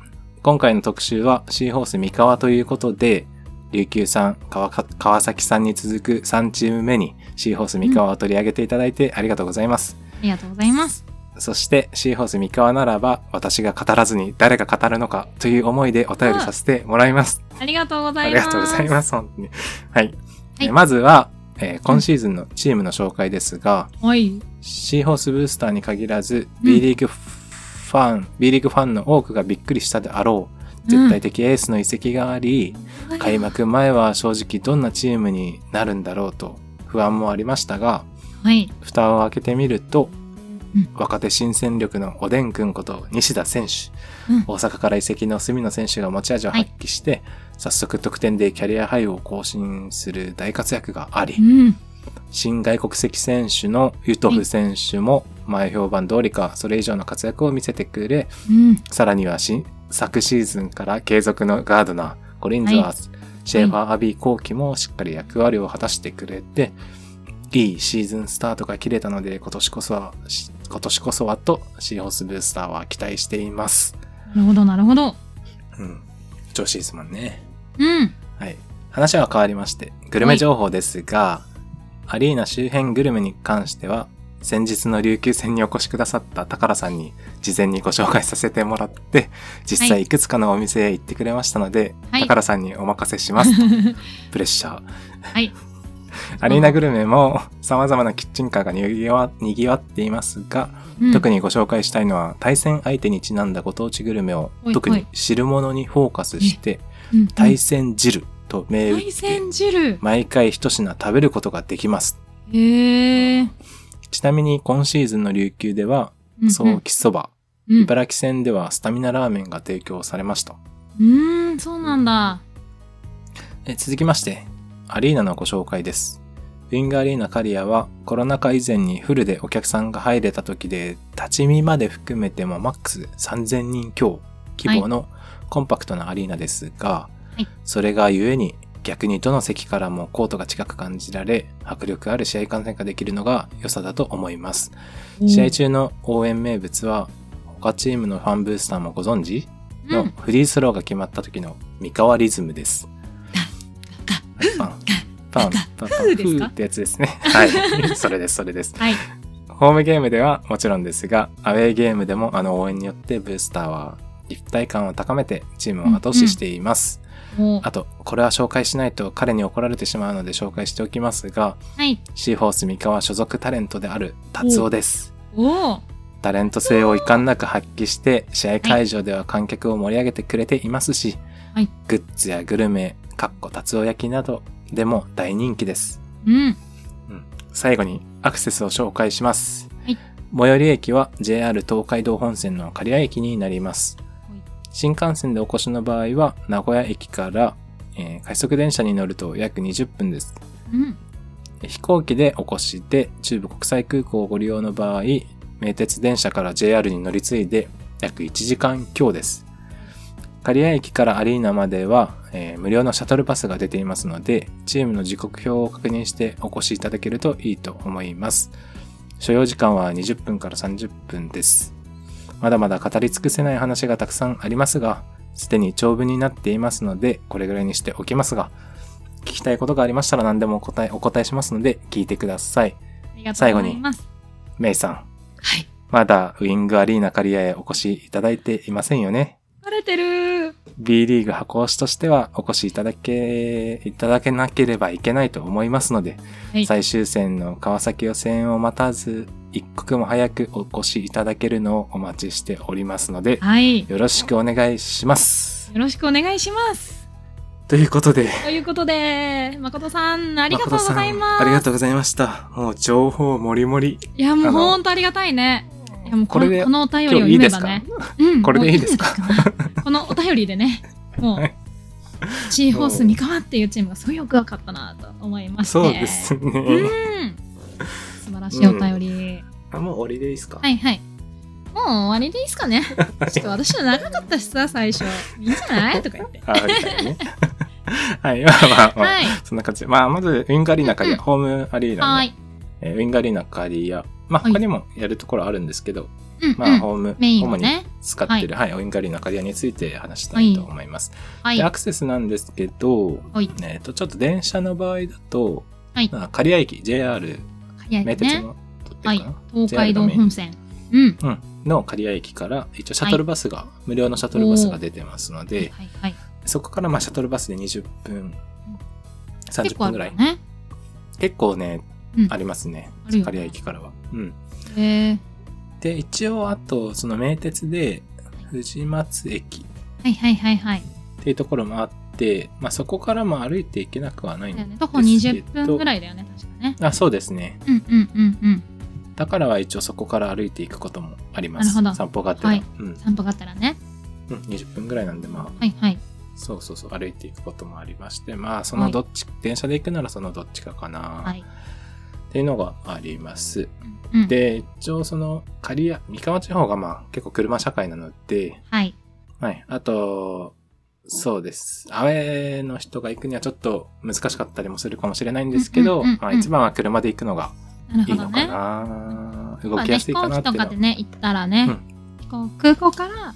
今回の特集はシーホース三河ということで、琉球さん、川か川崎さんに続く3チーム目にシーホース三河を取り上げていただいてありがとうございます。ありがとうございます。そしてシーホース三河ならば私が語らずに誰が語るのかという思いでお便りさせてもらいます。ありがとうござあいります。がとうございます、本当に。はい。はいえまずは、えー今シーズンのチームの紹介ですが、す。はい。シーホースブースターに限らず、うん B リーグファン、B リーグファンの多くがびっくりしたであろう、絶対的エースの移籍があり、開幕前は正直どんなチームになるんだろうと不安もありましたが、はい。蓋を開けてみると、うん若手新戦力のおでんくんこと西田選手、うん大阪から移籍の隅野選手が持ち味を発揮して、早速得点でキャリアハイを更新する大活躍があり、うん。新外国籍選手のユトフ選手も前評判通りかそれ以上の活躍を見せてくれうん。さらには新昨シーズンから継続のガードナーコリンズワーズ、シェーファー・アビー・コーキもしっかり役割を果たしてくれていいシーズンスタートが切れたので今年こそはし今年こそはとシーホースブースターは期待しています、なるほど、なるほど。うん、調子いいですもんねうん。はい。話は変わりまして、グルメ情報ですが、アリーナ周辺グルメに関しては、先日の琉球戦にお越しくださった宝さんに事前にご紹介させてもらって、実はい際いくつかのお店へ行ってくれましたので、はい宝さんにお任せします。 (laughs) プレッシャー。はい。 (laughs) アリーナグルメも様々なキッチンカーがにぎわにぎわっていますが、特に。にご紹介したいのは対戦相手にちなんだご当地グルメをほいほい特に汁物にフォーカスしてうん対戦汁と銘打っ対て戦汁。毎回一品食べることができます。へえ。ちなみに今シーズンの琉球では、早期そば、うん。茨城戦ではスタミナラーメンが提供されました。うん、うんそうなんだ。え続きまして、アリーナのご紹介です。ウィングアリーナカリアはコロナ禍以前にフルでお客さんが入れた時で、立ち見まで含めてもマックス3000人強規模のコンパクトなアリーナですが、いそれがゆえに逆にどの席からもコートが近く感じられ、迫力ある試合観戦ができるのが良さだと思います。試合中の応援名物は、他チームのファンブースターもご存知うのん。フリースローが決まった時の三河リズムです。パン、パン、パン、パン、パン、フーですかってやつですね。はい。 (laughs) それです、それです。はい。ホームゲームではもちろんですが、アウェーゲームでもあの応援によってブースターは一体感を高めてチームを後押ししています。おはあと、これは紹介しないと彼に怒られてしまうので紹介しておきますが、い。シーホース三河所属タレントである達夫です。おお。タレント性を遺憾なく発揮して試合会場では観客を盛り上げてくれていますし、はいグッズやグルメかっこ達夫焼きなどでも大人気ですうん。最後にアクセスを紹介します、はい最寄り駅は JR 東海道本線の刈谷駅になります、はい新幹線でお越しの場合は名古屋駅から、えー快速電車に乗ると約20分ですうん。飛行機でお越しで中部国際空港をご利用の場合名鉄電車から JR に乗り継いで約1時間強です刈谷駅からアリーナまでは、えー無料のシャトルバスが出ていますのでチームの時刻表を確認してお越しいただけるといいと思います所要時間は20分から30分ですまだまだ語り尽くせない話がたくさんありますがすでに長文になっていますのでこれぐらいにしておきますが聞きたいことがありましたら何でもお答えお答えしますので聞いてくださいありがとうございます。メイさん、はい。まだウィングアリーナ刈谷へお越しいただいていませんよね。晴れてる B リーグ箱推しとしてはお越しいただけ、いただけなければいけないと思いますので、はい最終戦の川崎予選を待たず、一刻も早くお越しいただけるのをお待ちしておりますので、はい。よよろしくお願いします。ろしくお願いします。ということで、ということで、誠さん、あありがとうございます。ありがとうございました。もう情報もりもり。いや、もあうのほんとありがたいね。いや、もうここれのでこのお便りを読めばね。うんこれでいいですかこのお便りで (laughs) ね、も、はいうシーホース三河っていうチームがすごいよくわかったなと思いまして。そうですうんね。。素晴らしいお便り。あ、もう終わりでいいですかはいはい。もう終わりでいいですか (laughs) ね。ちょっと私は長かったしさ、最初。いいんじゃないとか言って。あ、みた (laughs) いね。 (laughs) はい、まあまあまあ。はい。そんな感じで。まあ、まず、ウィングアリーナカリア、うんホームアリーナの、はい。えーウィングアリーナカリア、まあ、はい他にもやるところあるんですけど、うん、うん。まあ、ホーム、メイン主をにね。使ってる、はい、ウィングアリーナカリアについて話したいと思います。はいで、。アクセスなんですけど、はい。えっ、と、ちょっと電車の場合だと、はいまあ、刈谷駅、JR、早い名鉄ね。の、とってるかな、はい。東海道 JR のメイン本線。うん。うん、の刈谷駅から、一応シャトルバスが、無料のシャトルバスが出てますので、はいはい。そこからまあシャトルバスで20分、結30構ある分ぐらよい。ね。結構ね、うんありますねあるよ。ね刈谷駅からは。うん。へえ。で、一応、あと、その名鉄で、藤松駅っはいはいはいはい。ていうところもあって、まあ、そこからも歩いていけなくはないんだでよすね。けど。徒歩20分ぐらい。いだよね、確かね。あ、そうですね。うんうんうんうん。だからは一応そこから歩いていくこともあります。なるほど散歩があっては、はいうん。散歩があったらね。うん、20分ぐらいなんで、まあ、はいはい。そうそうそう、歩いていくこともありまして、まあ、そのどっち、電車で行くならそのどっちかかな、はい。っていうのがあります。うんうん。で、一応その、刈谷、三河地方がまあ、結構車社会なので、はい。はい。あと、そうです。アウェーの人が行くにはちょっと難しかったりもするかもしれないんですけど、うんうんうんうんまあ一番は車で行くのがなるいほいどのかね。な、ま動あきねやす飛いか行な機ってというのかはでね、行ったらね、飛行空港から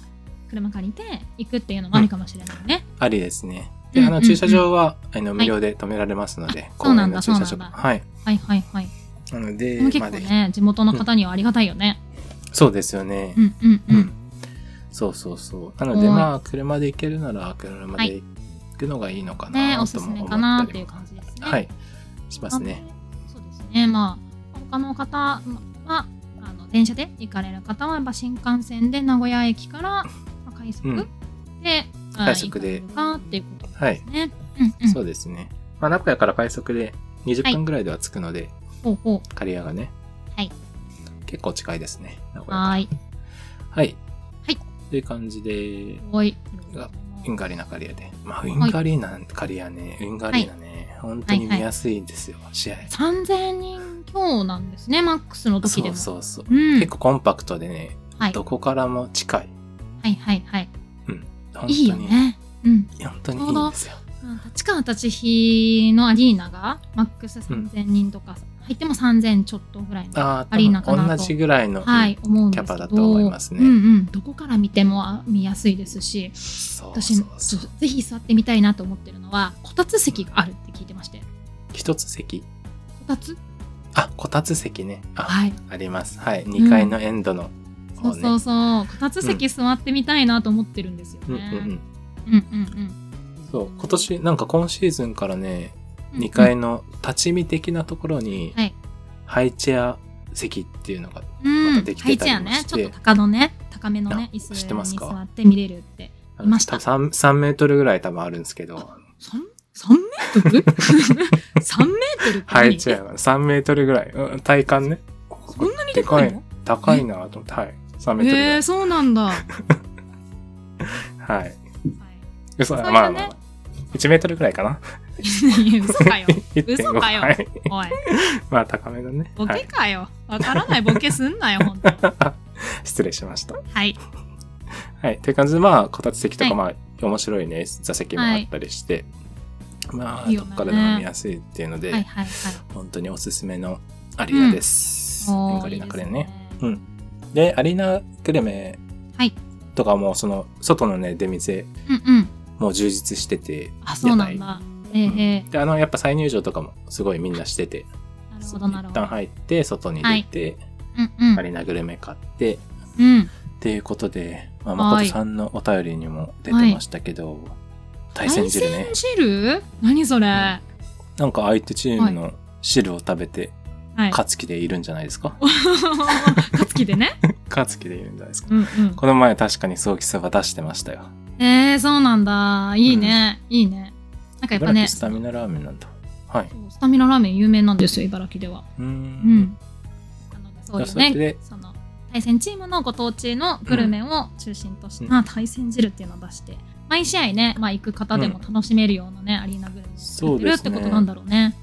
車借りて行くっていうのもありかもしれないね。ありですね。うで、んうあんうんの駐車場は、あの無料で止められますので、あそうなんだ公園の駐車そう場。なんだはい。はいはいはい。なのこで、れも結まあ構ねね、地元の方にはありがたいよね。そうですよねう。んうんう。うんんそうそうそう。なのではいまあ車で行けるなら車で行くのがいいのかね、なおすとすもめ思かなっったていりうも。感じですね。はい。しますね。そうですね。まあ他の方はあの電車で行かれる方はやっぱ新幹線で名古屋駅からまあ快速、うんでまあ快速で行かれるかっていうことはいです。ね。うんうん。そうですね。まあ、名古屋から快速ではい20分ぐらいでは着くので、ほうほ刈谷がね。はい結構近いですね。う。名古屋から。はーい。はい。はいという感じで、ウおい。がィンガリーナ刈谷で。まあ、ウィンガリーナ刈谷ね、ウィンガリーナね、本当に見やすいんですよ、試合。 3000人強なんですね、マックスの時そでうも。そうそう。うん。結構コンパクトでね、はい。どこからも近い。はいはいはい。本当にいいよね。うん。本当にいいんですよ。うん立川立飛のアリーナがマックス3000人とか、入っても3000ちょっとぐらいの、あアリーナあ、かなと同じぐらいの、はい、思うんですけどキャパだと思いますねうんうん、どこから見てもあ見やすいですしそう私そうそう。ぜひ座ってみたいなと思ってるのはこたつ席があるって聞いてましてこ一つ席。たつあ、こたつ席ね。あ、はいあります。はい。2階のエンドのそ方うね。そうそうこたつ席座ってみたいなと思ってるんですようんうね、んうんうんうん。そう。今年、なんか今シーズンからね、うん2階の立ち見的なところにはい、ハイチェア席っていうのが、うん、またできてたりもしてハイチェアねちょっと高のね高めのねあ椅子知ってますにか座って見れるってあいのました多分 3, 3メートルぐらい多分あるんですけど、 3, 三メートル (laughs) ?3 メートルって何ハイチェアが3メートルぐらい。うん体感ね。そんなにでかいの高いなと思って、はい。3メートルぐらえい。ー、そうなんだ。はい。はそ嘘だ、れがねまあまあまあ。1メートルぐらい (laughs) かな。いいや嘘かよ。嘘かよはい。 (laughs) おい、まあ高めだね。ボはケい。 (laughs) かよ。わからないボケすんなよ、ほんと。失礼しました。はい。はい。という感じで、まあ、こたつ席とはか、いまあ、面白いね、座席もあったりして、まあ、いいどよねっからでも見やすいっていうので、はいはいはい。本当におすすめのアリーナです。おエーンガリーナクレーンいいね。ですで、アリーナグルメはい。とかも、その、外のね、出店、うんうん。もう充実してて、あ、そうなんだ。えー、えで、あの、やっぱ再入場とかもすごいみんなしてて、ー、なるほどなる一ほ旦ど。入って、外に出て、うんうん。アリーナグルメ買って、うん。っていうことで、まあ、はい誠さんのお便りにも出てましたけど、対戦汁ね大。山汁何それ、はなんか相手チームの汁を食べて、い。勝つ気でいるんじゃないですか (laughs) 勝つ気でね。勝つ気でいるんじゃないですか。うんうん。この前確かに早期そば出してましたよ。えー、そうなんだ。いいね。いいね。なんかやっぱ茨城ね、スタミナラーメンなんだ。はい。そうスタミナラーメン有名なんですよ、茨城では。ううー。んん。なので、そういうじゃあそれねで、その、対戦チームのご当地のグルメを中心とした、対戦汁っていうのを出して、毎試合ね、まあ行く方でも楽しめるようなね、アリーナグルメを作ってるってことなんだろうね。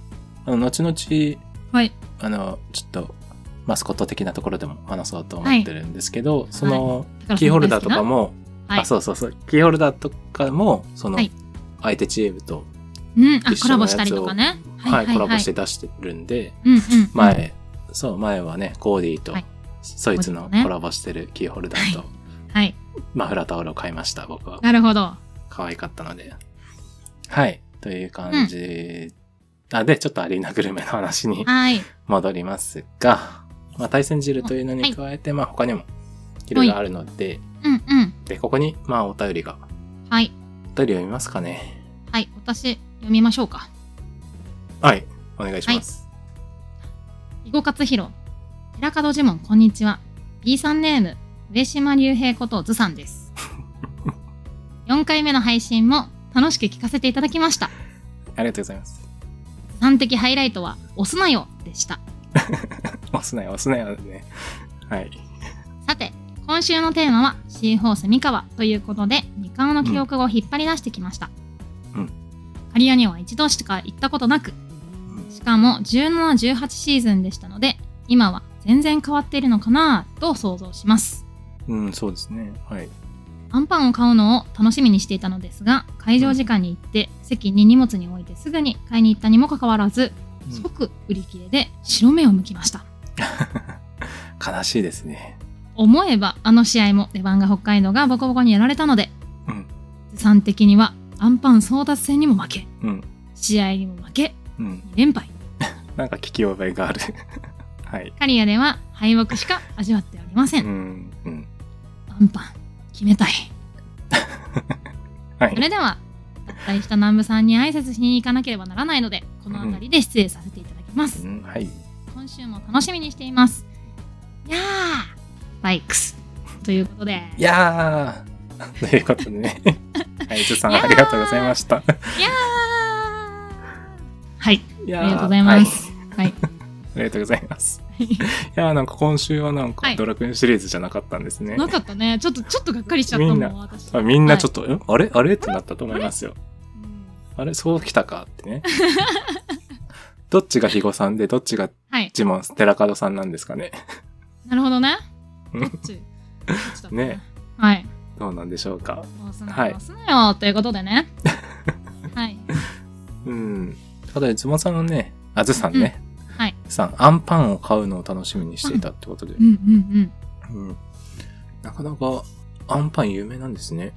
あの、後々、はい。あの、ちょっと、マスコット的なところでも話そうと思ってるんですけど、その、キーホルダーとかも、はいあ、そうそうそう、キーホルダーとかも、そのはい、相手チームと、うん、あ、一コ緒ラのボやしつをたりとかね。はい、コラボして出してるんで、うんうん。前、そう、前はね、コーディとはい、そいつのコーディとねコラボしてるキーホルダーと、はい。マフラータオルを買いました、僕は。なるほど。可愛かったので。はい、という感じ。あ、で、ちょっとアリーナグルメの話にはい。戻りますが、まあ、対戦汁というのに加えて、まあ、他にもいろいろあるので、うんうん。で、ここに、まあ、お便りが、はい。お便り読みますかね。はい。私、読みましょうか。はい、お願いします。囲碁勝弘。寺門ジモン、こんにちは。B さんネーム、上島竜兵ことずさん (laughs) です。4回目の配信も楽しく聞かせていただきました。ありがとうございます。ずさん的ハイライトは、押すなよでした。押すなよ、押すなよね。はい。さて、今週のテーマは、シーホース三河ということで、三河の記憶を引っ張り出してきました。うん刈谷には一度しか行ったことなく、しかも17、18シーズンでしたので、今は全然変わっているのかなと想像します。うん、そうですね。はい。アンパンを買うのを楽しみにしていたのですが、会場時間に行って、席に荷物に置いてすぐに買いに行ったにもかかわらず、うん即売り切れで白目を向きました。悲しいですね。思えば、あの試合も出番が北海道がボコボコにやられたので、うん、ずさん的にはアンパン争奪戦にも負け、うん、試合にも負け、うん。 2連敗。なんか聞き覚えがある。 (laughs) はい。カリアでは敗北しか味わっておりませ。うんん、うん。アンパン、決めたい。はいそ。れでは脱退した南部さんに挨拶しに行かなければならないのでこの辺りで失礼させていただきます、うん、はい。今週も楽しみにしていますやーバイクスということでいやーということ (laughs) でね。はい、ずさんありがとうございました。いやーはいいやーありがとうございまはすはい、ありがとうございます。いやーなんか今週はなんはかいドラクエンシリーズじゃなかったんですね。なかったねちょっとちょっとがっかりしちゃったもみんんな私あみんなちょっっと、んあれあれってなったと思いますよ。と、うんあれそうきたかっ (laughs) てね。どっちが肥後さんで、どっちがはいジモン、寺門さんなんですかね。なるほどねうんどっちどっちだったねはいどうなんでしょうか。押すなはいよ押すなよということで (laughs) ねはいうん。ただ、ズモさんのね、あずさんね。んはい。さん、アンパンを買うのを楽しみにしていたってことでうん。うんうん。なかなか、アンパン有名なんですね。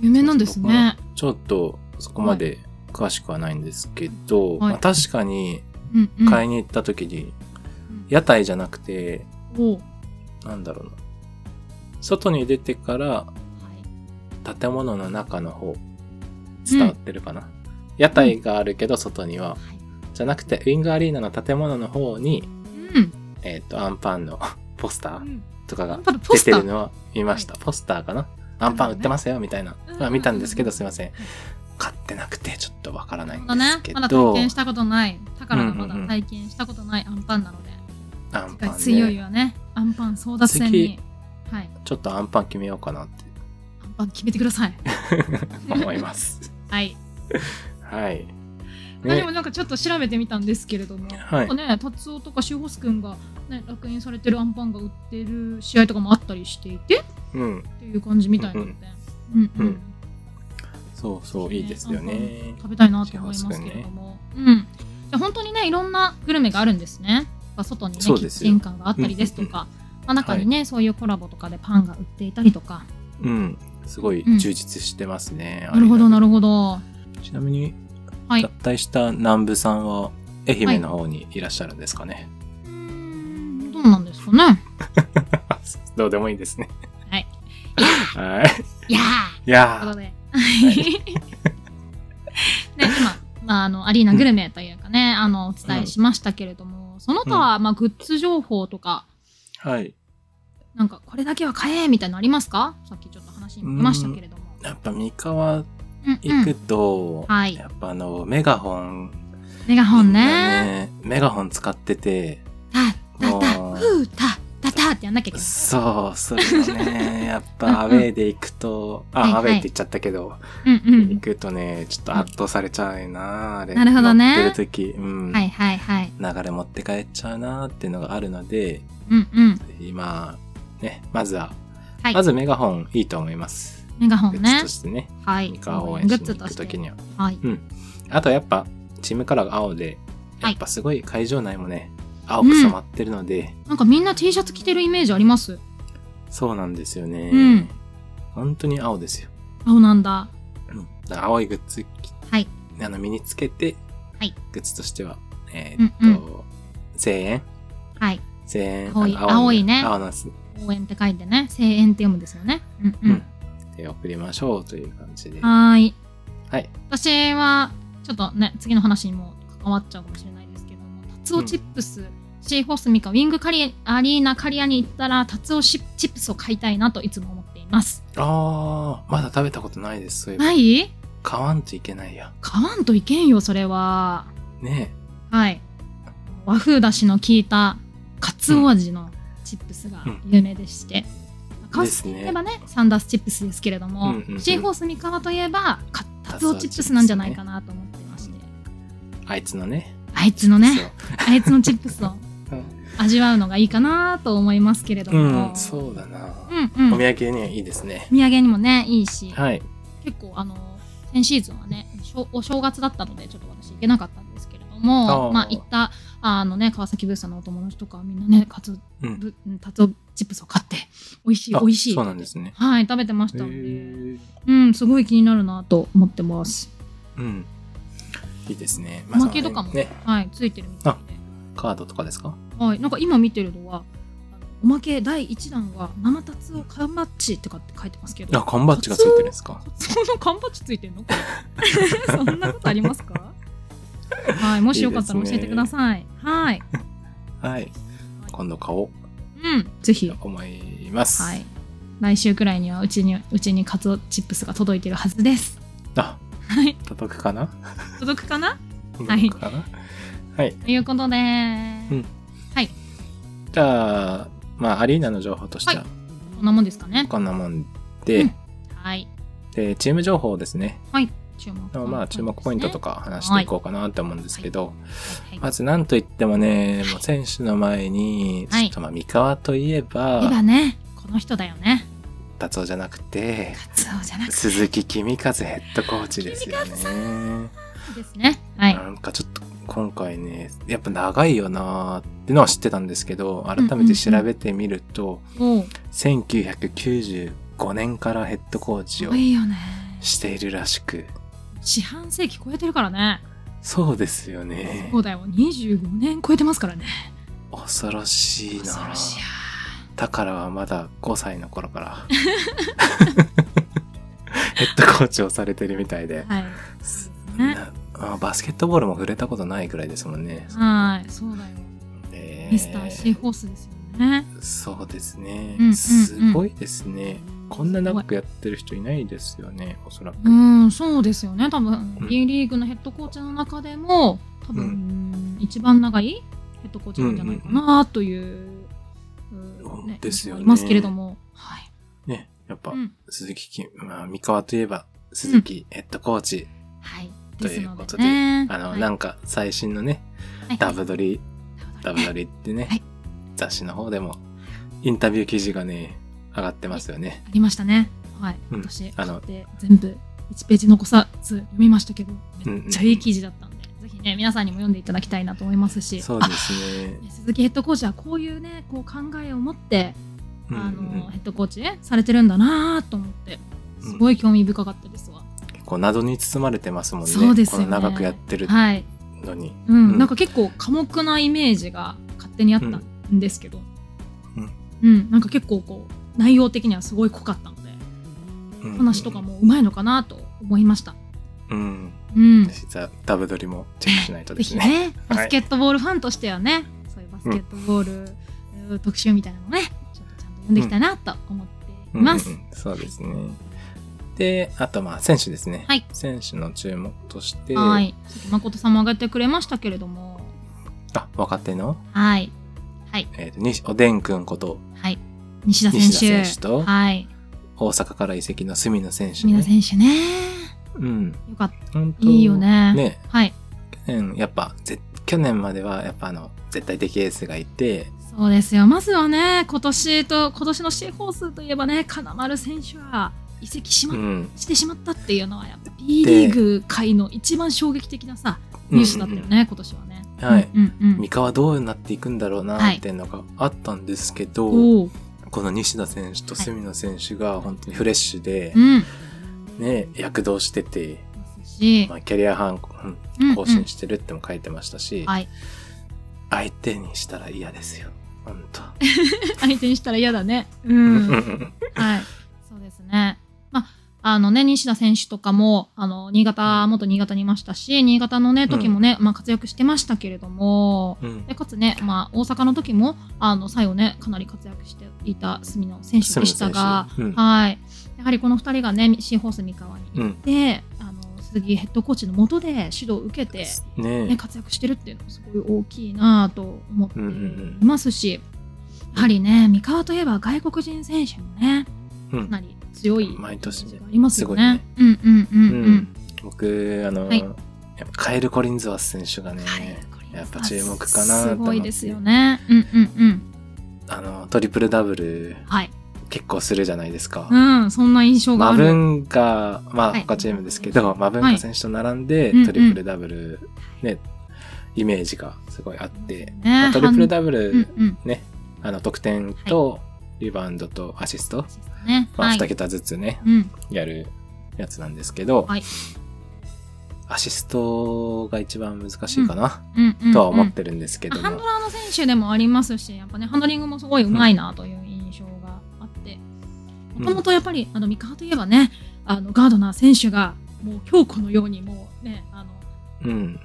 うん有名なんですねちょっと、そこまで詳しくはないんですけはど、いまあ、確かに、うんうん買いに行った時に、うん屋台じゃなくて、おうなんだろうな。外に出てから、建物の中の方、伝わってるかな。屋台があるけど、外には。はいじゃなくて、ウィングアリーナの建物の方に、うん。えっ、と、アンパンの (laughs) ポスタうーんとかアがンパンのポ出スタてるー。のは見ました。ポスターかなアンパン売ってますよ、みたいな。うんまあ見たんですけど、すいませんい。買ってなくて、ちょっとわからないんでだねすけ、まだど、体験したことない。宝がまうんうんうだん体験したことないアンパンなので。アンパン水曜日ね、はね、アンパン争奪戦に。はい。ちょっとアンパン決めようかなってアンパン決めてください。思 (laughs) います。はい。はい。私ねも、なんかちょっと調べてみたんですけれども、はいなんかね、達夫とかシュホス君が、ね、楽園されてるアンパンが売ってる試合とかもあったりしていてうん。っていう感じみたいなので、うんうんうんそうそう、いいですよね。食べたいなと思いますけれども、うんで本当にねいろんなグルメがあるんですねまあ外にねキそうでッすチよンカーがあったりですと (laughs) か、まあ、中にね、そういうコラボとかでパンが売っていたりとかうん。すごいうん充実してますね。なるほどなるるほどちなみに、はい脱退した南部さんは、愛媛の方にいらっしゃるんですかね。うーんどうなんですかね (laughs) どうでもいいですね。はい。 (laughs) はいやい。いーというこやとで。 (laughs) ね、今、まあ、あの、アリーナグルメというかね、あの、お伝えしましたけれども、その他、まあ、グッズ情報とか、ーはい。なんか、これだけは買えみたいなのありますかさっきちょっと話にも出ましたけれども。やっぱ三河うんうん行くと、はいやっぱあの、メガホン。メガホンね。ね。メガホン使ってて、た、た、もた、うふう、た、た、たってやんなきゃいけない。そう、それは (laughs) ね、やっぱアウェイで行くと、あ、はいはいアウェイって言っちゃったけど、うんうん行。くとね、ちょっと圧倒されちゃうな、あれ。なるほどね乗ってる時、うん。はいはいはい。流れ持って帰っちゃうなっていうのがあるので、うんうん。今、ね、まずは、はいまずメガホンいいと思います。メガホグンッズねと。してね、はい。メガ応援しに行くグッズときには。はい。あとやっぱ、チームカラーが青で、はいやっぱすごい会場内もね、青く染まってるので、なんかみんな T シャツ着てるイメージありますそうなんですよね。うん本当に青ですよ。青なんだ。うんだから青いグッズ着はい。あの身につけて、はいグッズとしては、えーっと、うんう1000円はい。 ?1000 円青いあのの青いね青のやつ応援って書いてね。声援って読むんですよね。うんううんん。で送りましょうという感じで。はーい。はい。私は、ちょっとね、次の話にも関わっちゃうかもしれないですけども、タツオチップス、シーホースミカ、ウィングカリアアリーナカリアに行ったら、タツオチップスを買いたいなといつも思っています。あー、まだ食べたことないです。そういえば。ない買わんといけないや。買わんといけんよ、それは。ねはい。和風だしの効いた、カツオ味のチップスが有名でして。カツオといえばねサンダースチップスですけれども、うんうんうんシーホース三河といえばカタツオチップスなんじゃないかなと思ってまして、あいつのね。あいつのねそうあいつのチップスをうん味わうのがいいかなと思いますけれども、うん、そうだな。うんうんお土産にはいいですね。お土産にもねいいし、はい。結構あの先シーズンはねしょお正月だったのでちょっと私行けなかったんですけれどもあーまあ行ったあのね川崎ブースさんのお友達とかみんなねカツうん。ブタツオチップスを買って美味しいあ美味しいそうなんですね。はい食べてましへたので。ーうん、すごい気になるなと思ってます。うん。いいですね。おまけとかもね。はい、ついてるみたいカードとかですかで。はい、なんか今見てるのは、あのおまけ第1弾は生タツオ缶バッチってかって書いてますけど。あ、缶バッジがついてるんですかカツオの缶バッチついてんのこれ。そんなことありますかはい、もしよかったら教えてください。はい。はい。今度買おううん、ぜひと。思います。はい。来週くらいにはうちに、うちにカツオチップスが届いてるはずです。あ、はい。届くかな届くかなはい届くかなはい。ということで、んじゃあ、まあ、アリーナの情報としてはは、こんなもんですかね。こんなもんで、うんはい。で、チーム情報ですね。注目のまあ、注目ポイントとか。か話していこうかなと思うんですけど、はいはいまずなんといってもね、もう選手の前に、はいちょっとまあ、三河といえば、いえばね、この人だよね。達夫じゃなくて、カツオじゃなく鈴木君和ヘッドコーチですよね。てですね。はい。なんかちょっと今回ね、やっぱ長いよなーってのは知ってたんですけど、改めて調べてみると、おう1995年からヘッドコーチを多いよね。しているらしく、四半世紀超えてるからね。そうですよねそ。うだよ。25年超えてますからね。恐ろしいな恐ろしいや。だからはまだ5歳の頃から。ヘッドコーチをされてるみたいで、はい。ねなあバスケットボールも触れたことないくらいですもんね。はい。そうだよ。えーミスターシーホースですよね。そうですね、うんうんうんすごいですね。こんな長くやってる人いないですよね、おそらく。うん、そうですよね。多う分、ん B リーグのヘッドコーチの中でも、多分、一番長いヘッドコーチなんじゃないかなという、うんねですよねいますけれども。はい。ね、やっぱ、うん鈴木き、まあ、三河といえば、鈴木ヘッドコーチ。はい。とですいうのことででね。あの、はいなんか、最新のね、はいダブドリ、ダダブブドリってね、はい雑誌の方でも、インタビュー記事がね、上がってますよね。ありましたね。はい。うん私、買あのって全部1ページ残さず読みましたけど、うんうめっんちゃいい記事だったんで、ぜひね、皆さんにも読んでいただきたいなと思いますし、そうですねあ。鈴木ヘッドコーチはこういうね、こう考えを持って、うんうんあうんのヘッドコーチされてるんだなと思って、すごい興味深かったですわ。結構謎に包まれてますもんね。そうですよねこの長くやってるはい。のに。う。うんんなんか結構寡黙なイメージが勝手にあったんですけど、うんうん、なんか結構こう内容的にはすごい濃かったのでうん話とか。もうまいのかなと思いました。うん。うん、ぜ実はダブドリもチェックしない (laughs) とですひね。ねバスケットボールファンとしてはね、そういうバスケットボールうん特集みたいなのねちょっとちゃんと読んでいきたいなと思っていうんうまんす。そうですね。で、あとまあ選手ですね。はい選手の注目として、はい、さっき誠さんも上げてくれましたけれども、あ、若手の、はい、はい、えーと西おでんくんことはい、西田選西田手、選手とはい、大阪から移籍の隅野選手、三田ね。選手ね、うん。よかった、本当いいよ。ね。ね。はい、去年、やっぱ、ぜ去年までは、やっぱあの、絶対的エースがいて、そうですよ。まずはね、今年と今年のシーホースといえばね、金丸選手は移籍しま、うん。してしまったっていうのはやっぱ B リーグ界の一番衝撃的なさニュースだったよね、うんうん今年はね。はい。うんうんうん三河どうなっていくんだろうなっていうのがあったんですけど、おうこの西田選手と隅野選手が本当にフレッシュでう、ん。ね、躍動してて、し、まあ、キャリア半うんうんうん更新してるっても書いてましたし、はい。 (laughs) 相手にしたら嫌ですよ。本当。相手にしたら嫌だね。う。うん (laughs) (laughs) ん。はい、そうですね。まあ、あのね、西田選手とかも、あの、新潟、元新潟にいましたし、新潟のね、時もね、まあ、活躍してましたけれども、うんでかつね、まあ、大阪の時も、あの、最後ね、かなり活躍していた隅野選手でしたが、、隅野選手はい。やはりこの二人がね、シーホース三河にう行ん。って、あの、鈴木ヘッドコーチの下で指導を受けて、うん。ね、ね活躍してるっていうのもすごい大きいなぁと思っていますし、やはりね三河といえば外国人選手もねうかん。なり強い毎年ねイメージがありますよね。うんうんううんうん。ん。僕、あの、はいやっぱカエル・コリンズワス選手がね、やっぱ注目かなと思すってごいですよね。うんうんうん。あの、トリプルダブルはい。結構するじゃないですか。うん、そんな印象がマあブる。ンガ、まあ、はい他チームですけど、マブンはガい選手と並んで、うんうんトリプルダブル、ね、イメージがすごいあって、まねあトリプルダブブル、うんうん。ね、あの、得点と、リバウンドとアシスト、ね。まあ、はい2桁ずつね、うん。やるやつなんですけど、はいアシストが一番難しいかな、うんうん。とは思ってるんですけうんどあも、ハンドラーの選手でもありますし、やっぱね、ハンドリングもすごい上手いなという印象があって、うんもともとやっぱり、あの、三河といえばね、あの、ガードナー選手が、もう強固のように、もうね、あの、うん、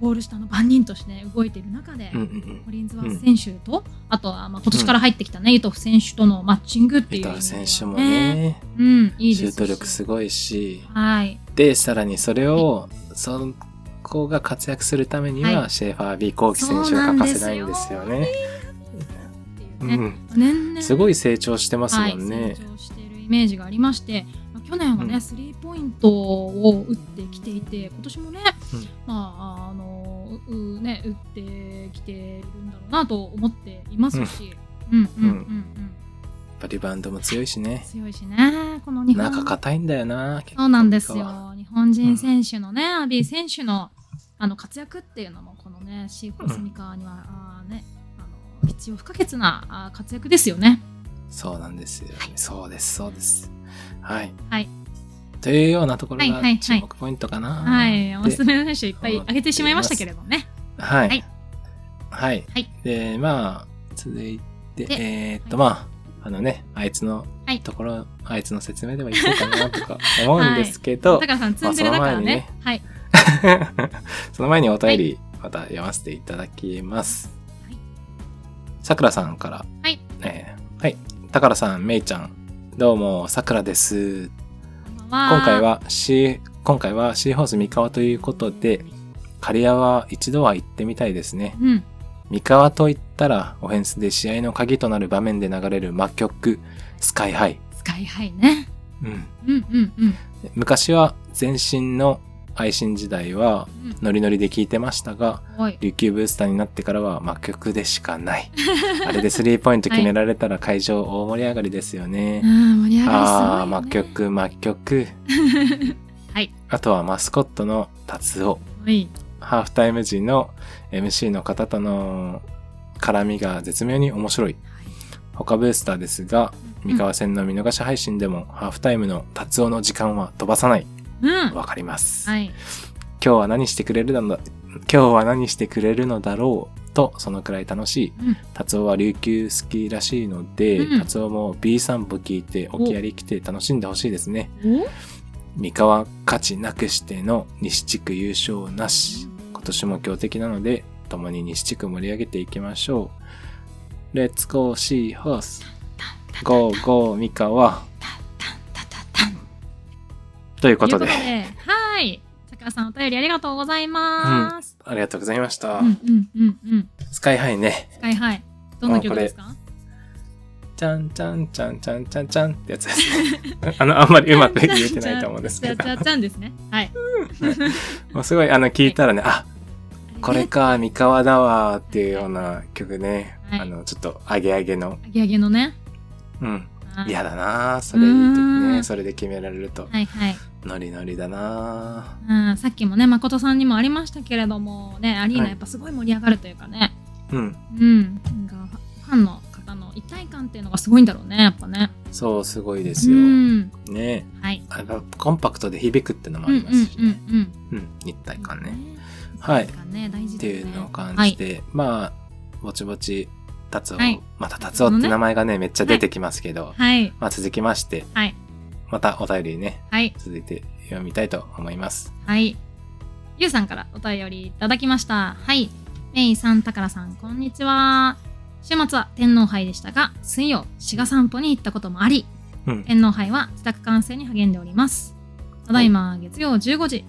ゴール下の番人として動いている中で、うん、うんうん。コリンズワース選手と、あとは、まあ、今年から入ってきたね、イトフ選手とのマッチングっていビう、タル選手も。ね、うん、いいシでュすート力すごごいし、はい。で、さらにそれを、そこが活躍するためには、はシェーファー・ビー・コーキ選手が欠かせないんですよね。っていううね、ん、年々すごい成長してますはいもんね。成長しているイメージがありまして、まあ去年はうんね、スリーポイントを打ってきていて、今年もね、うんまああのううね打ってきているんだろうなと思っていますし、うんうんうんうん、やっぱリバウンドも強いしね。強いしね、この日本中硬いんだよな、結構そうなんです中よ。は日本人選手のね、アビー選手のあの活躍っていうのもこのね、シーコスミカには、あーね、あの必要不可欠なあー活躍ですよね。そうなんですよ、そうです、そうです。はい。はい。というようなところはいはいはがい注目ポイントかな。はい、おすすでめの選手いっぱい挙げてしまいましたけれどもね。ははいい。はい。はいで、まあ、続いて、でえーっと、はまあ、あのね、あいつのはいところ、あいつの説明では言こうかなとか思うんですけど、高田さん、ツンデレだからね。はい。 (laughs) その前にお便り、また読ませていただきますはい。さくらさんから。はい。えーはい。たからさん、めいちゃん。どうも、さくらです。今今回、はシー、今回はシーホース三河ということで、刈谷は一度は行ってみたいですね。うん、三河といったら、オフェンスで試合の鍵となる場面で流れる魔曲、スカイハイ。スカイハイね。うん。うんうんうん。昔は前身の愛新時代は、ノリノリで聴いてましたが、うん、おい。琉球ブースターになってからは魔曲でし (laughs) かない。あれでスリーポイント決められたら会場大盛り上がりですようね。ん、盛り上がりすごい、ね。ああ、魔。曲、魔曲。はい。あとはマスコットの達夫。おい。ハーフタイム時の MC の方との絡みが絶妙に面白い。他ブースターですが、三河戦の見逃し配信でもハーフタイムの達夫の時間は飛ばさない。うん。わかります。はい。今日は何してくれるのだ今日は何してくれるのだろうとそのくらい楽しいうん達夫は琉球好きらしいので、うん達夫も B 散歩聞いて沖合来て楽しんでほしいですねお三河価値なくしての西地区優勝なし今年も強敵なので共に西地区盛り上げていきましょうレッツゴーシーホースゴーゴー三河タンタタタンというとこいうこととでで、はい。さくらさんお便りありがとうございます。ありがとうございました、うんうんうんうん。スカイハイねスカイハイ。どんな曲ですかちゃんちゃんちゃんちゃんちゃんちゃんってやつです (laughs) ねあのあんまりうまく言えてないと思うんですけどじゃじゃじゃんですね。はい。もうすごいあの聞いたらね、あ (laughs) これ。か三河だわーっていうような曲ね、はいあのちょっとアゲアゲのあげあげのね。うんはい嫌だなーそれいいう時ーねんそれで決められるとはいはい。ノリノリだなうん、さっきもね、誠さんにもありましたけれども、ね、アリーはナいやっぱすごい盛り上がるというかね。ーうんうん。なんか、ファンの方の一体感っていうのがすごいんだろうね、やっぱね。そうすごいでうすよ、ん。ねはい。あのコンパクトで響くってのもあうんうんりますしうんねうん。うん、一体感ね、。ははいい。ね、大事ってですいね。うのを感はじい。て、まあぼちぼち達夫、はいまた達夫って名前がねめっちゃ出てきますけど、はい。まあ続きましてはい。またお便りねはい。続いて読みたいと思いますはい。ゆうさんからお便りいただきました。はい。メイさん、たからさん、こんにちは。週末は天皇杯でしたが、水曜、志賀散歩に行ったこともあり、うん天皇杯は自宅観戦に励んでおります。ただいま月曜15時、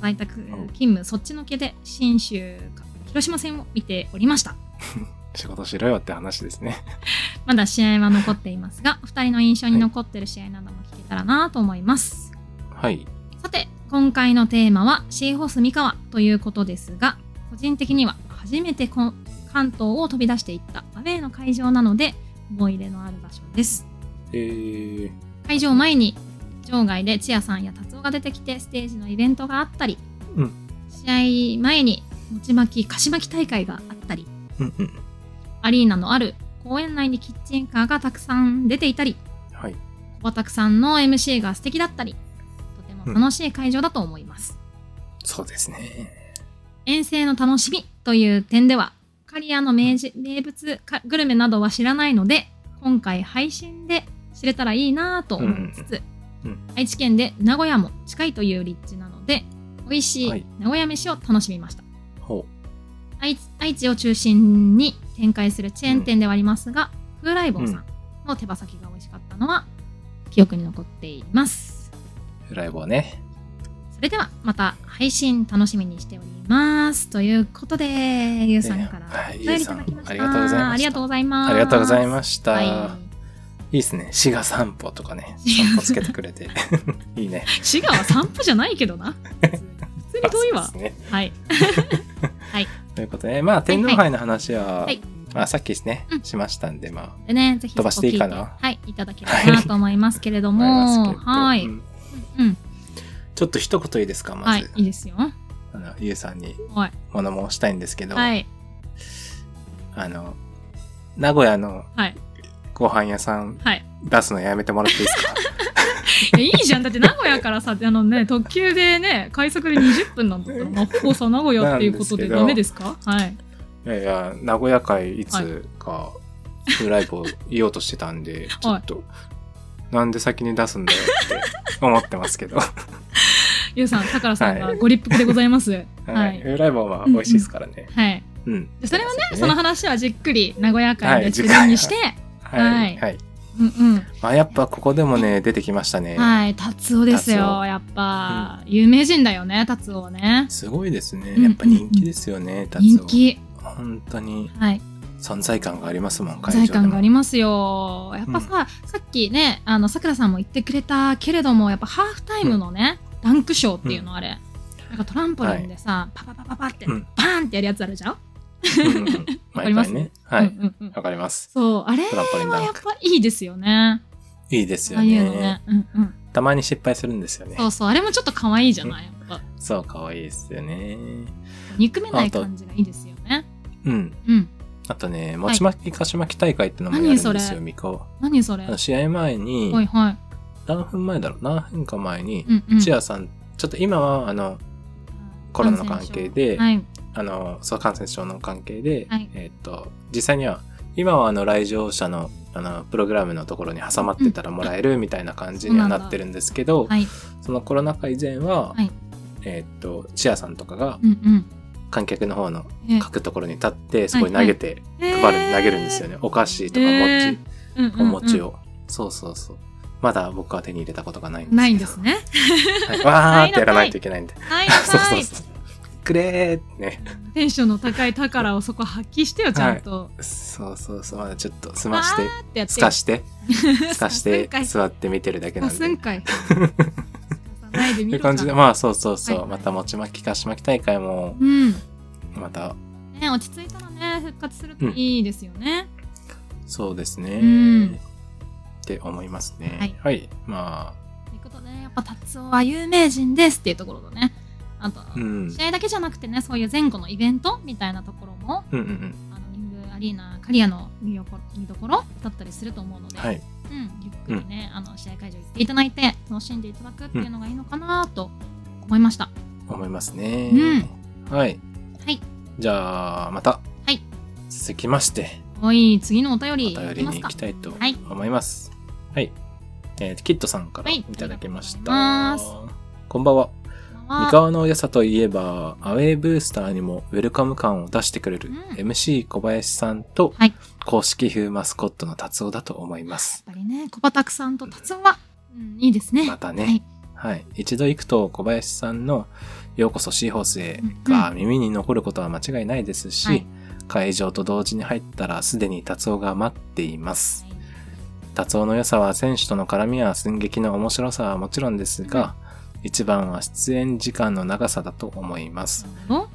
在宅勤務そっちのけで信州か広島戦を見ておりました。仕事しろよって話ですね。まだ試合は残っていますが、2人の印象に残ってる試合なども聞けたらなと思います。はい。さて、今回のテーマはシーホース三河ということですが、個人的には初めてこ関東を飛び出していったアウェーの会場なので、思い入れのある場所です。えー、会場前に場外でチアさんや達夫が出てきてステージのイベントがあったり、うん試合前に餅巻き菓子巻き大会があったりうんうん。アリーナのある公園内にキッチンカーがたくさん出ていたりはい。小畑さんの MC が素敵だったりとても楽しい会場だと思います、そうですね。遠征の楽しみという点ではカリアの名じ名物かグルメなどは知らないので今回配信で知れたらいいなぁと思いつつ、うんうん愛知県で名古屋も近いという立地なので美味しはいい名古屋飯を楽しみました、ほ愛知愛知を中心に展開するチェーン店ではありますが、風来坊さんの手羽先が美味しかったのは記憶に残っていますう。フライボーね。それではまた配信楽しみにしておりますということでゆうさんからはおい便りいただきゆうましさんたありがとうございましたありがとうございますありがとうございました。、はいいいですね。滋賀散歩とかね。滋賀散歩つけてく (laughs) れて。いいね。滋賀は散歩じゃないけどな普通普通に遠いあわそうですね。はいということで、まあ、天皇杯の話は、はいまあ、さっきですね、うんしましたんで、までねぜひそ飛こばして聞いいていかなはいいただければなと思いますけれどあ、思いますもけどはい、ううんんちょっと一言いいですか、まはず。いいいですよあの、ゆうさんにはい物申したいんですけど、はいあの、名古屋のはいご飯屋さんはい出すのやめてもらっていいです (laughs) かいやいいじゃんだって名古屋からさ (laughs) あのね特急でね快速で20分なんだった (laughs) ら魔法さ名古屋っていうことでなんですけどダメですかはいいやいや、名古屋会いつか、フライブを言おうとしてたんで、ちょっと、なんで先に出すんだよって思ってますけ (laughs) ど。はゆうさんさからさんはがいご立腹でござい (laughs) ますはいい。フライブは美味しいですからね。はいうん。でそれはねそうですその話はじっくり名古屋は会いで自次回分にして、ははいい。はい。うんうんまあやっぱここでもね、出てきましたね。はい、達夫です達よ。夫やっぱ、有名人だよね、達夫はね。すごいですねうん。やっぱ人気ですよね、達人夫。気。本当にはい。存在感がありますもん、会場財で感があも。りますよ。やっぱさ、さっきね、あの、さくらさんも言ってくれたけれども、やっぱハーフタイムのね、ダンクショーっていうのあれ。なんかトランポリンでさ、パパパパパって、うんバーンってやるやつあるじゃんうんうん毎回ね。はうい。んうんうんわかります。そう、あれトランポリンはダやンっク。ぱいいですよね。いいですああよいうのねね。。うんうん。たまに失敗するんですよねそ。うそう、あれもちょっと可愛いじゃないやっぱ。そう、可愛いですよね。憎めない感じがいいですよね。うん。うん。あとね、もちまきかしまき大会ってのもやるん何ですそれよ、ミコ。何それあの試合前に、はいは何分前だろう何分か前にい。、うんうん。チアさん、ちょっと今は、あの、コロナの関係ではい。あの、そう感染症の関係で、はいえっと、実際には、今はあの来場者のあのプログラムのところに挟まってたらもらえるみたいな感じにはなってるんですけど、はい。そのコロナ禍以前は、はいえっと、チアさんとかがうんうん。観客の方のえ各ところに立って、そこに投げて、配る、投げるんですよね。ね。お菓子とかへー、餅うんうんうんお餅。を。そうそうそう。まだ僕は手に入れたことがないんですけど。ないんですね。はいわーってやらないといけないんで。はいそうは (laughs) そうい。そう。くれーってね。テンションの高い宝をそこ発揮してよ、ちゃんと。そうそうそう。まだちょっと済まして、あーってやって。すかして、 (laughs) すかしすてんかい座って見てるだけなあんすで。んっ (laughs) かい。ないでてみいうる感じで、まあそうそうそう。はいはいまた餅巻き、かし巻き大会も、うん。ね、また、落ち着いたらね、復活するといいですよね。そうですうねん。って思いますはいね。はい。まあ、ということで、やっぱ達夫は有名人ですっていうところとね、あと、うん。うん試合だけじゃなくてね、そういう前後のイベントみたいなところも、うんうん。あのリングアリーナ、カリアの見どころ見どころだったりすると思うので、はい。うん、ゆっくりね、あの試合会場行っていただいて、楽しんでいただくっていうのがいいのかなと思いました。思いますね。はい。はい。じゃあ、また。はい続きまして、おい、次のお便おり、便いりきますに行かき。たいとはい思います。はい。えーキットさんからはいいただきました。ありがとうごこんばんは。三は河の良さといえば、アウェイブースターにもウェルカム感を出してくれるうん MC 小林さんとはい、公式風マスコットの達夫だと思います。やっぱりね、小畑さんと達夫は、うん、いいですね。またね。はい。一度行くと小林さんのようこそシーホースへが耳に残ることは間違いないですし、はい会場と同時に入ったらすでに達夫が待っています。達夫の良さは選手との絡みや寸劇の面白さはもちろんですが、一番は出演時間の長さだと思います。お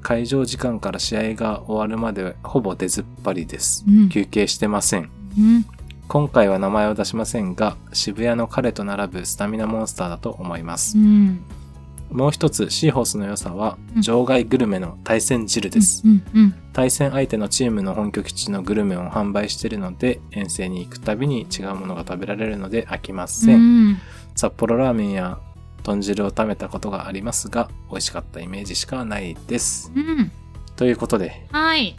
会場時間から試合が終わるまでほぼ出ずっぱりですう。ん休憩してません。うん、今回は名前を出しませんが、渋谷の彼と並ぶスタミナモンスターだと思いますう。ん、もう一つシーホースの良さはうん場外グルメの対戦汁です、うん、うん、対戦相手のチームの本拠基地のグルメを販売しているので遠征に行くたびに違うものが食べられるので飽きませうん、ん、札幌ラーメンや豚汁を食べたことがありますが美味しかったイメージしかないです、うん、ということではい。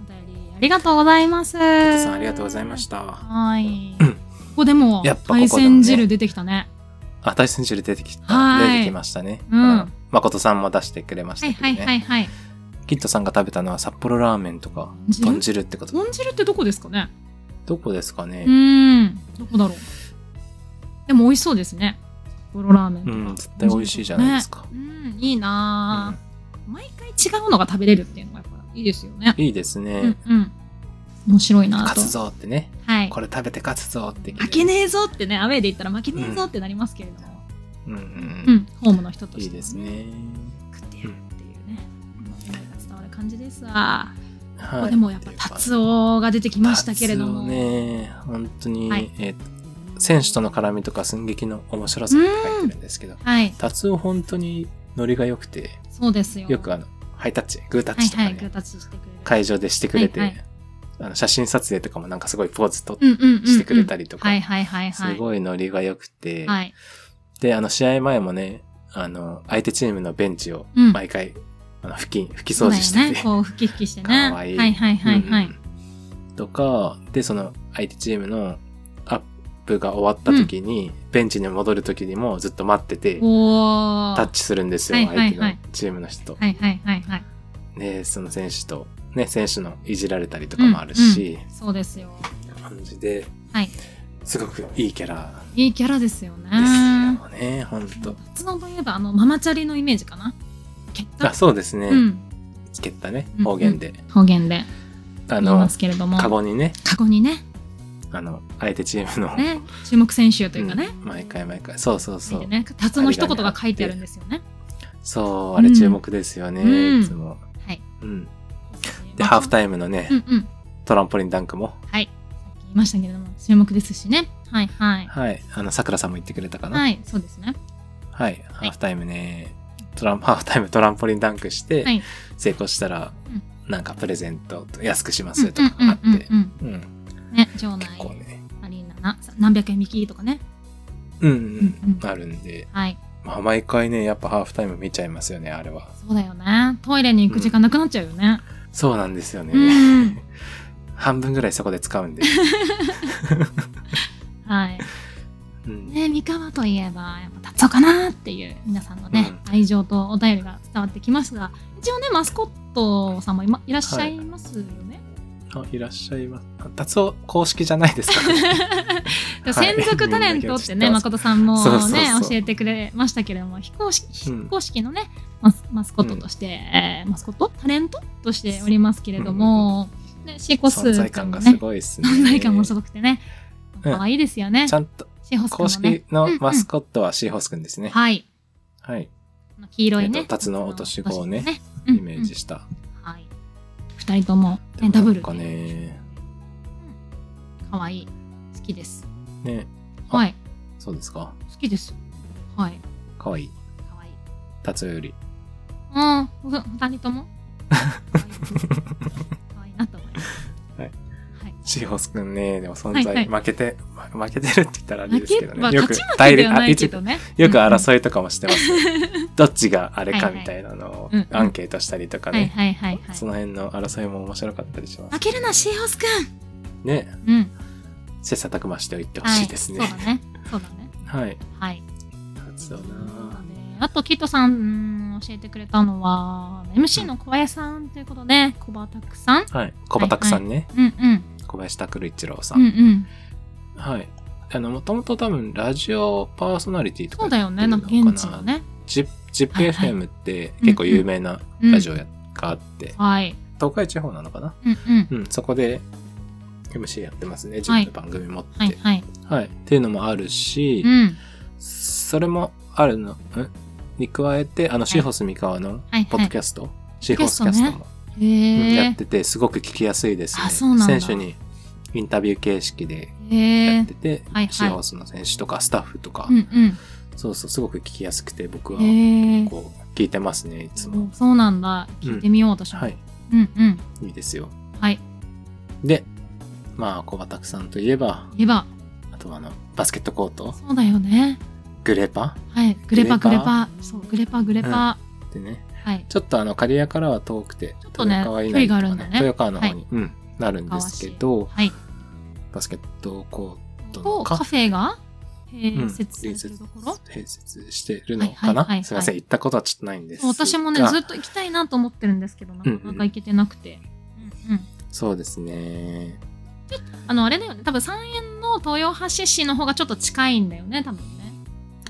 お便りありがとうございます。ペさんありがとうございましたはい。ここでもやっぱここだもんね海鮮汁出てきたね。あ対戦汁出てきたはい出てきましたね、うん誠さんも出してくれましはたいけどはね、いはいはい。キッドさんが食べたのは札幌ラーメンとか豚汁豚汁ってこと豚汁ってどこですかね。どこですかね、うん。どこだろう。でも美味しそうですね。札幌ラーメンとうか。ん、絶対美味しいじゃないですか。うん、いいなぁ、毎回違うのが食べれるっていうのがやっぱいいですよね。いいですうね。んうん。面白いなぁ勝と。つぞってね。はい。これ食べて勝つぞって。負けねえぞってね、アウェーで言ったら負けねえぞってなりますけれども。うんううんうんん、ホームの人といしいてではすね。食ってやるっていうね、思いが伝わる感じですわ、はでもやっぱ達夫が出てきましたけれども、達夫ね、本当に、はいえー選手との絡みとか寸劇の面白さって書いてるんですけど、はい達夫本当にノリが良くて、そうですよよくあの、ハイタッチ、グータッはいチとかね、はいグータッチしてくれる会場でしてくれて、はいはいあの写真撮影とかもなんかすごいポーズと、うんうんうんうんしてくれたりとかはいはいはいはいすごいノリが良くて、はいで、あの、試合前もね、あの、相手チームのベンチをうん毎回、あの、拭き、拭き掃除してそて。うだよねこうふきふきしてねかわいいはいはいはいはい、うんうんとか、で、その、相手チームのアップが終わった時に、ベンチに戻る時にもずっと待ってて、おおタッチするんですよ、はいはいはい相手のチームの人と。はいはいはいはいで、その選手と、ね、選手のいじられたりとかもあるし、そうですよ感じで、はいすごくいいキャラいいキャラですよねですよね、ほんと。達夫といえばあのママチャリのイメージかな結あ、果そうですね。うん蹴ったねう、ん方言で。方言であ言いまの、すけれどもカゴにね、過去にねあの、相手チームの、ね、注目選手というかね、うん毎回毎回。そうそうそう。でね、達の一言が書いてあるんですよね。そう、あれ注目ですよね、うんいつも。はい。うん。で、ハーフイタイムのね、うんうん。トランポリンダンクも、はい。さっき言いましたけれども、注目ですしね。はいはい。はい、あの、さくらさんも言ってくれたかな。は、はいい、そうですね。ハーフタイムね、トラン、ハーフタイムトランポリンダンクして、はい成功したら、なんかプレゼント安くしますとうんかあって、うんうんうんうんうん。ね、場内結構ね、アリーナな何百円引きとかね。うん、うん、うんうんあるんで、はい。まあ、毎回ね、やっぱハーフタイム見ちゃいますよね、あれは。そうだよね。トイレに行く時間なくなっちゃうよね。そうなんですよね。うん。半分ぐらいそこで使うんで。はい。うんね、三河といえば、やっぱ達夫かなっていう皆さんのね、愛情とお便りが伝わってきますが、一応ね、マスコットさんもい,、ま、いらっしゃいますよね。あいらっしゃいます。あ達夫公式じゃないですか、 (laughs) ではい専属タレントってね、 (laughs) みんな誠さんもねそうそうそう教えてくれましたけれども、非公式うん非公式のね、マスマスコットとして、えーマスコットタレントとしておりますけれども、ね、シーコス存在さん感もがすね、ごいですね。存在感もすごくてね、うん可愛いですよねち。ゃんと、シーホス公君もね式。のうんうんマスコットはシーホスくんですね。はい。はい。この黄色いね。えっと辰の落とし子をね辰の落とし子ねイメージうんした。うんはい。二人とも、でね、もダブルなんか。ね、可愛い。好きです。ね、あはい。そうですか。好きです。はい。かわいい。可愛い。達夫より。うん、ふ二人とも。可愛いなと思います。はい。はい。シーホスくんね、でも存はい在、負けて、ま負けてるって言ったらあれ負ですけけどまあね。勝ち負けではないけどね。よくい。争いとか (laughs) もしてます、ねどっちがあれかみたいなのをはいはいうんアンケートしたりとかはいね、はいはいはい。その辺の争いも面白かったりしま負すけるな、シーホスくねん。うん。切磋琢磨しておいてほはしい。いですそうねだね。そうだね。はいはい。そうだなあと、キットさんうん教えてくれたのは、MC の小林さんということで、小葉拓さん。はい小畑さんね、うんうん。小林拓一郎さうんん、うん。はいあのもともと多分ラジオパーソナリティとかそうだよね、なんか現地のね。ジップはい FM って結構有名なラジオやがあって、はい。東海地方なのかなうんうん。うんそこで MC やってますね自はい分の番組持って、はいはい。はい。っていうのもあるし、うん。それもあるの、んに加えて、あの、シーホス三河のはいポッはドいキ。ャスト、シーホスキャストもへうんやえっ。てて、すごく聞きやすいですね。あそうなんだ選手にインタビュー形式でへやっえて。て、はいはいシーホスの選手とかスタッフとか、うんそうそう、すごく聞きやすくて、僕うはん。へえ。こう、聞いてますね、いつも。おそうなんだ。聞いてみよう、私も。はい。うんうん。いいですよ。はい。で、まあ、小畑さんといえば、言えば、あとはあの、バスケットコート、そうだよね。グレーパはい。グレパググレレパパ。そう、グレパグレパ。ーってね、はい。ちょっとあの、刈谷からは遠くて、ちょっとね距離があるんだね豊川の方に、うん、なるんですけど、はい。バスケットコートと、のカフェがうん併設されて隣接るところ併設してるのかはいはいはいはいなすいません、行ったことはちょっとないんですそうが。私もね、ずっと行きたいなと思ってるんですけど、なかなか行けてなくて。うんうん。そうですね。あの、あれだよね。多分三円の豊橋市の方がちょっと近いんだよね、多分ね。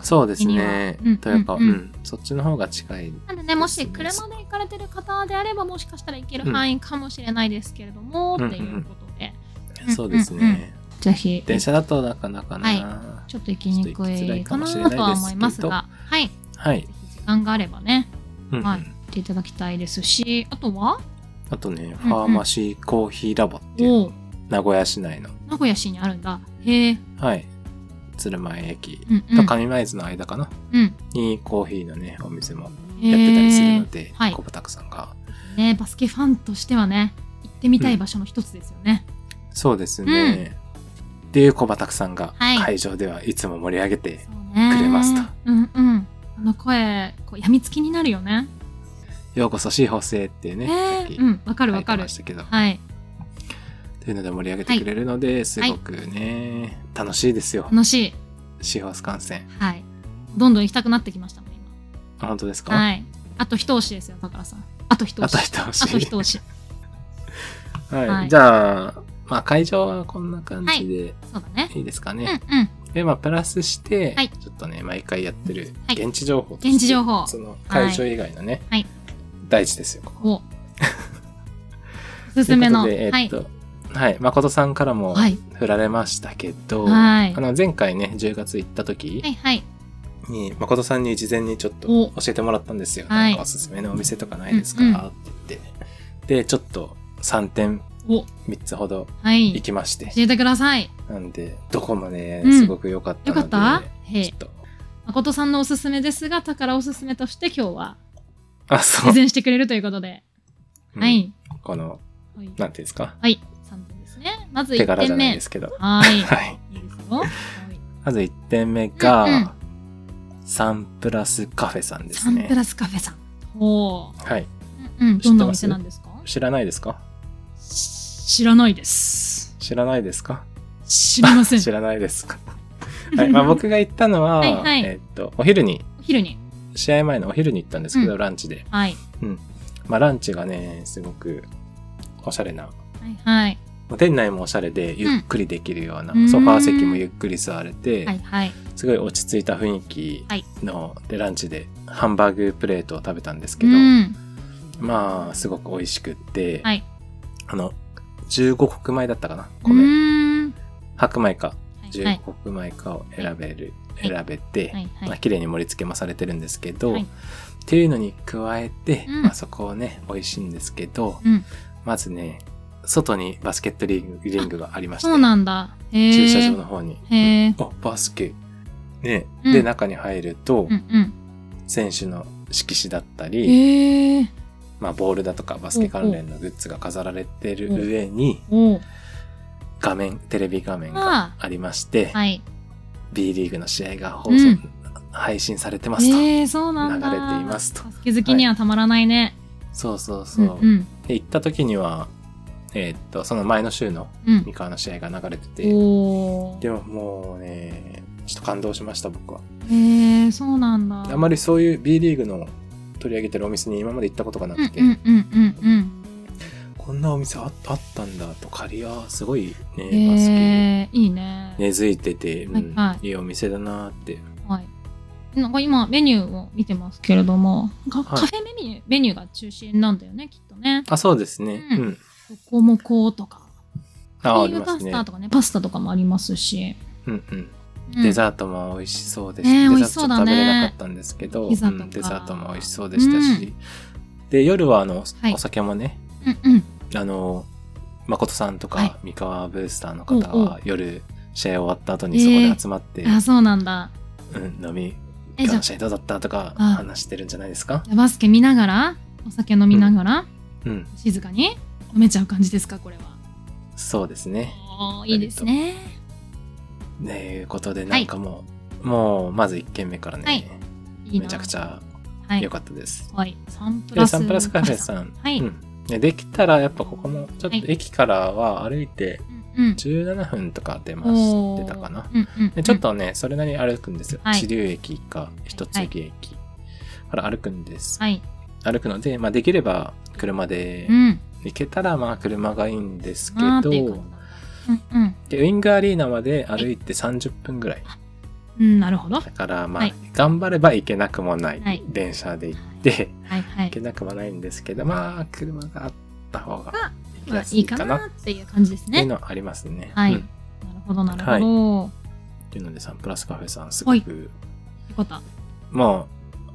そうですね。うん豊川、ううんんうんそっちの方が近い。なんでね、もしそうです車で行かれてる方であれば、もしかしたら行ける範囲かもしれないですけれども、うんっていうことで、うんそうですうんうんね。ぜひ、電車だとなかなかな、はちょっと行きにくいかなちょっと行きづらいかもしれないとですけどは思いますが、はい、ぜはい。ひ時間があればね、うんうんはい行っていただきたいですし、あとは、あとね、ファーマシーコーヒーラボっていう、おう名古屋市内の、名古屋市にあるんだ。へえ、はい。鶴舞駅うんうん。と上舞津の間かな、うん、にコーヒーのね、お店もへやってたりするのえ、で、はい小畑さんが。ね、バスケファンとしてはね、行ってみたい場所の一つですよね。そうですね。っていう小畑さんがはい会場ではいつも盛り上げて、そうね。くれますとうんうん。あの声、こう、やみつきになるよね。ようこそシーホースへっていうね、さっねきうん、わかる書わいてかるま。したけど、とはい。いうので盛り上げてくれるので、すごくね、楽しいですよ。楽しい。シーホース観戦。はい。どんどん行きたくなってきましたもん、今。あ本当ですか、はい。あと一押しですよ、だからさん。あと一あと押し。一押し。あと一押し。はい、はいじゃあ、まあ会場はこんな感じでそうだね。いいですかうね。んうん。で、まあ、プラスして、はいちょっとね、毎回やってるはい現地情報として現地情報その会場以外のね、はい大事ですよ、こ (laughs) こ。お。おすすめの。はということでえっい。と、はい、誠さんからもはい振られましたけど、はいあの前回ね、10月行った時はいはい。に、誠さんに事前にちょっとお教えてもらったんですよ。はいなんかおすすめのお店とかないですか、うんうんって言って。で、ちょっと3点、お。 3つほどは行い。きまして。教えてください。なんで、どこもねうん、すごく良かったよかのっで、たへちえょっ。と。誠さんのおすすめですが、宝おすすめとして今日は、あ、そうプ。レしてくれるということで。うんはい。この、はい。なんていうんですかはい。3点ですね。まず手1柄じ点ゃない目 (laughs) で。すけど。はい。はい。いいですよ。はいまず1点目うんうんが、サンプラスカフェさんでサすンプね。ラスカフェさん。おお。はい。うんうん、どんなお知店ってまなすんですか知らないですかし知らないです。知らないですか知りません。知らないですか (laughs) はい。 (laughs) まあ僕が行ったのは、はいはいえっと、お昼に、お昼に。試合前のお昼に行ったんですけど、うんランチで。はい。まあランチがね、すごくおしゃれな。はいはい。まあ店内もおしゃれで、ゆっくりできるような、うんソファー席もゆっくり座れて、はいはい。すごい落ち着いた雰囲気の、でランチでハンバーグプレートを食べたんですけうど、ん。まあすごく美味しくって、はい。あの15穀米だったかなう米、ーん。白米かはいは15い。穀米かを選べる、はい選べて、はいはいまあ綺麗に盛り付けもされてるんですけど、はいっていうのに加えて、うんまあ、そこをね美味しいんですけど、うん。まずね外にバスケットリングリングがありましてそうなんだ。へえ。駐車場の。方に、へえ。あバスケね、うんで中に入ると、うんうん。選手の色紙だったり、へえ。まあ、ボールだとかバスケ関連のグッズが飾られてる上におお。画面テレビ画面がありまして、はい。 B リーグの試合が放送、うん配信されてますと、ええ、そうなんだ。流れていますとバスケ好きにはたまらないね。そうそうそうう、んうん。で行った時には、えーっとその前の週のうん三。河の試合が流れてて、おお。でももうねちょっと感動しました僕はへえ、そうなんだ。あまりそういう B リーグの取り上げてるお店に今まで行ったことがなうんくて、うんうんうんうん。こんなお店ああったんだとカリアすごいねバスケへえいいね。根付いてて、うん、はいはいいお店だなってはい。なんか今メニューを見てますけれども、かはいカフェメニューメニューが中心なんだよねきっとね。あそうですねううんん、ロコモコとか、ああビーりフまパすスねタとかねパスタとかもありますし、うんうんうんデザートも美味しそうでしねえた、美デ味しザそうートだね食べれなかったんですけど、ピザうとかん、デザートも美味しそうでしたし、で夜はあのはいお酒もね、うんうんあの誠さんとはいか三河ブースターの方おうおはう夜試合終わった後にそこで集まって、あそうなんだ。うん、飲みえじゃ今日あの試合どうだったとかあ話してるんじゃないですかじゃあバスケ見ながらお酒飲みながら、うん静かに飲めちゃう感じですかこれは。そうですねおーいいですね。ということではないんかもう、もうまず1軒目からね、はいいいなめちゃくちゃはい良かったです、はいサンプでラスサンプラスカフェさん、はいうんでできたらやっぱここもちょっとはい駅からは歩いてうんうん。 17分とか出まおーしてたかなうんうんでちょっとね、それなりに歩くんですよ。はい知立駅か一つ駅駅から歩くんです。はい。歩くので、まあ、できれば車でうん。行けたらまあ車がいいんですけあーっていうど感、じなんだうんでウィングアリーナまで歩いて30分ぐらい。うん。うん、なるほど。はだからまあ、はい頑張れば行けなくもない。はい電車で行って、いは行けい。なくもないんですけど、まあ車があった方が行きまあや、すいいいかかなっなっていう感じですていうね。のはありますね。はい。うなんるほど、なるほど。よっていうのでサンプラスカフェさんすごはいく、かった。も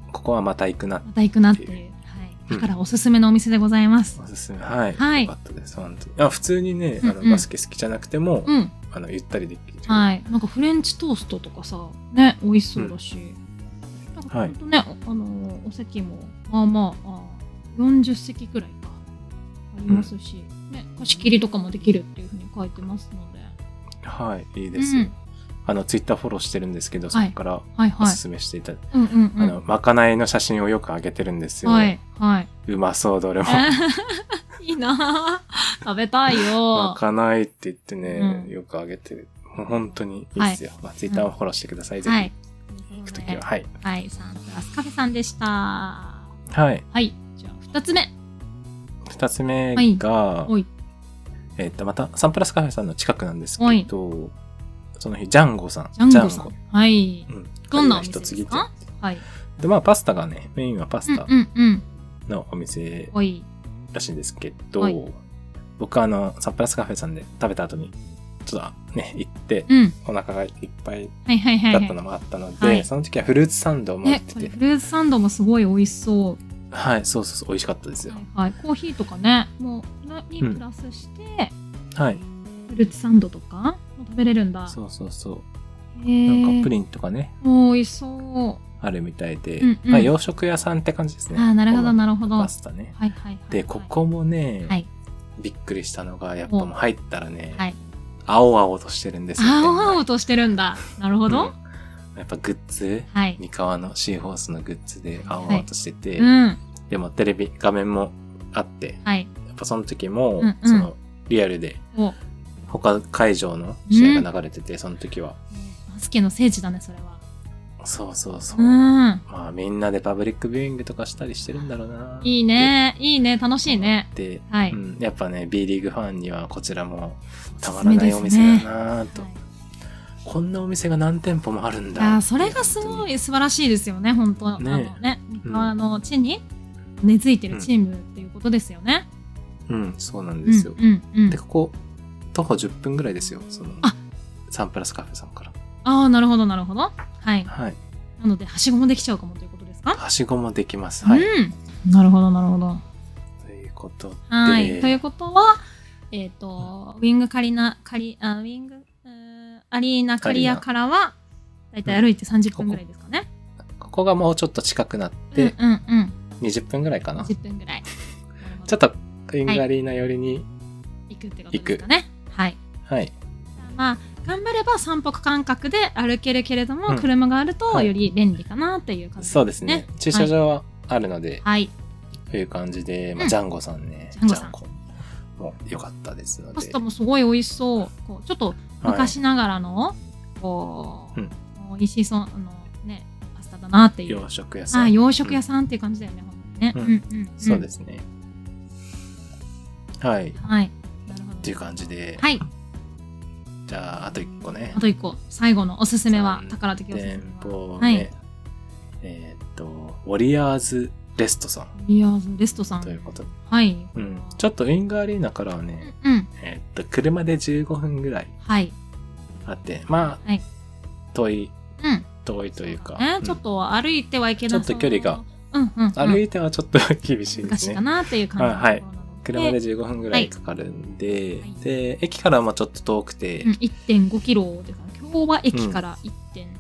うここはまた行くなまた行くなっていう。はい。だからおすすめのお店でございます。おすすめはい、はいよかったです本当にあ普通にね、うあのんうんバスケ好きじゃなくても、うん。あのゆったりできる、はい。なんかフレンチトーストとかさ、ね、美味しそうだし。なんかほんとね、おあの、お席も、まあまあ、あ40席くらいか。ありますし、ね、貸し切りとかもできるっていうふうに書いてますので。はい、いいです、うんあのツイッターフォローしてるんですけどそはいこからはいはおいす。すめしていた、だいうんうんうん。あのまかないの写真をよく上げてるんですよ、はい、はい。うまそうど (laughs) れもいいなぁ食べたいまよ。かないって言ってね、うんよく上げてるもう本当にいいですよ、まあ、ツイッターをフォローしてください、ぜはい。ひ行くときははいはい、サンプラスカフェさんでした。ははいい、じゃあ二つ目。 2つ目が、おい、えっとまたサンプラスカフェさんの近くなんですはけいどその日ジャンゴさんジャンゴさん。ジはいャ。ンゴうんどんなお店で一つすぎてかはい。で、まあ、パスタがね、メインはパうスんタうんうん。のお店おい。らしいんですけど、はい僕はあの、サンプラスカフェさんで食べた後に、ちょっとね、行って、うん。お腹がいっぱいはいはいはいだはい。ったのもあったので、はいその時はフルーツサンドを持っね、てこれてフ、ルーツサンドもすごい美味しそはい、そうそうそう、美味しかったですう。よは。いはい。コーヒーとかね、もう、にうんプラスして、はい、フルーツサンドとかも食べれるんだ。そうそうそう。へえ。なんかプン。リンとかね、おー美味しそう。あるみたいで、うんうんまあ、洋食屋さんって感じですね。ああ、なるほど、なるほど。はパいスタね。はいはい。で、ここもね、はい。びっくりしたのが、やっぱもう入ったらね、はい青々としてるんですよ。青店内々としてるんだ。なるほど。うんやっぱグッズ、はい。三河のシーホースのグッズで青々としてて、うん。でもテレビ、画面もあって、はい。やっぱその時も、うんうんそのリアルでお、バ他会場の試合が流れてて、その時は。スケの聖地だね、それは。そうそうそう。うん。まあみんなでパブリックビューイングとかしたりしてるんだろうな。いいね。いいね。楽しいね。で、はいうん、やっぱね、B リーグファンにはこちらもたまらないお店だなと、はいこんなお店が何店舗もあるんいだ。やーそれがすごい。い素晴らしいですよね、本当。ねあのね、三うん河の地に根付いてるチームっていうことですよね。うん、そうなんうでん、すよ。うん、うんで、。ここ、徒歩10分ぐらいですよ。そのあサンプラスカフェさんから。ああ、なるほど、なるほど。はい。はい。なので、はしごもできちゃうかもということですかはしごもできます。はい。うん。なるほど、なるほど。ということで、はい。ということは、えっ、と、ウィングカリナ、カリ、あウィング、うーアリーナカリアからは、だいたい歩いて30分ぐらいですかね。ここがもうちょっと近くなって、うんうんうん。 20分ぐらいかな。ち10分ぐらい。ょっと、イングアリーナ寄りに、行くってことですかね。はい。はい。まあ、頑張れば散歩感覚で歩けるけれども、うん車があるとはいより便利かなっていう感じそうですね。駐車はい場はあるので、はい。という感じで、まうあ、んジャンゴさんね。ジャンゴさんもう良かったですのパでスタ。もすごい美味しそう。こうちょっと昔ながらの、こう、うん美味しそう、あの、ね、パスタだなっていう。洋食屋さん。あ洋食屋さんっていう感じだよね、ほんとにね。うんうんうんそうですね。はい。っはい。なるほど。っていう感じで、はい。じゃあ、あと一個ねあ。と一個、最後のおすすめは三、宝的おすすめ店舗は。は目、い。えーっと、ウォリアーズレストさんいやレストさ。というんこと。はい。うん。ちょっとウィングアリーナからはうんね、うん。えーっと、車で15分ぐらいはい。あって、まあ、はい遠い、うん。遠いというか、ねうんちょっと歩いてはいけない。ちょっと距離が。うんうんうん。歩いてはちょっと (laughs) 厳しいで難しすいかね。なっていう感じのところなので。車で15分ぐらいかかるんで、はいで、駅からもちょっと遠くて、うん、1.5キロですかね。今日は駅から1点、うん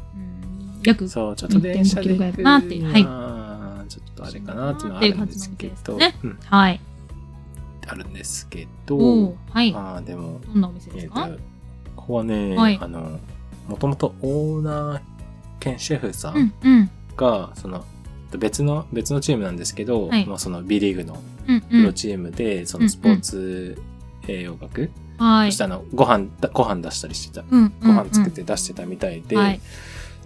約そう、ちょっと電車で行くに1.5キロぐらいかはちょっとあれかなっていうのはあるんですけど、っていう感うん、はい。あるんですけおどー、はい。どまあでも、んなお店でえすっかと、ここはね、はいあの、もともとオーナー兼シェフさうんんうんが、その、別の、別のチームなんですけど、はいもうその B リーグのうんうプロん。チームで、そのスポーツ栄養学、はいそしてあの、ご飯だ、ご飯出したりしてた。うんご飯作って出してたみたいで、はい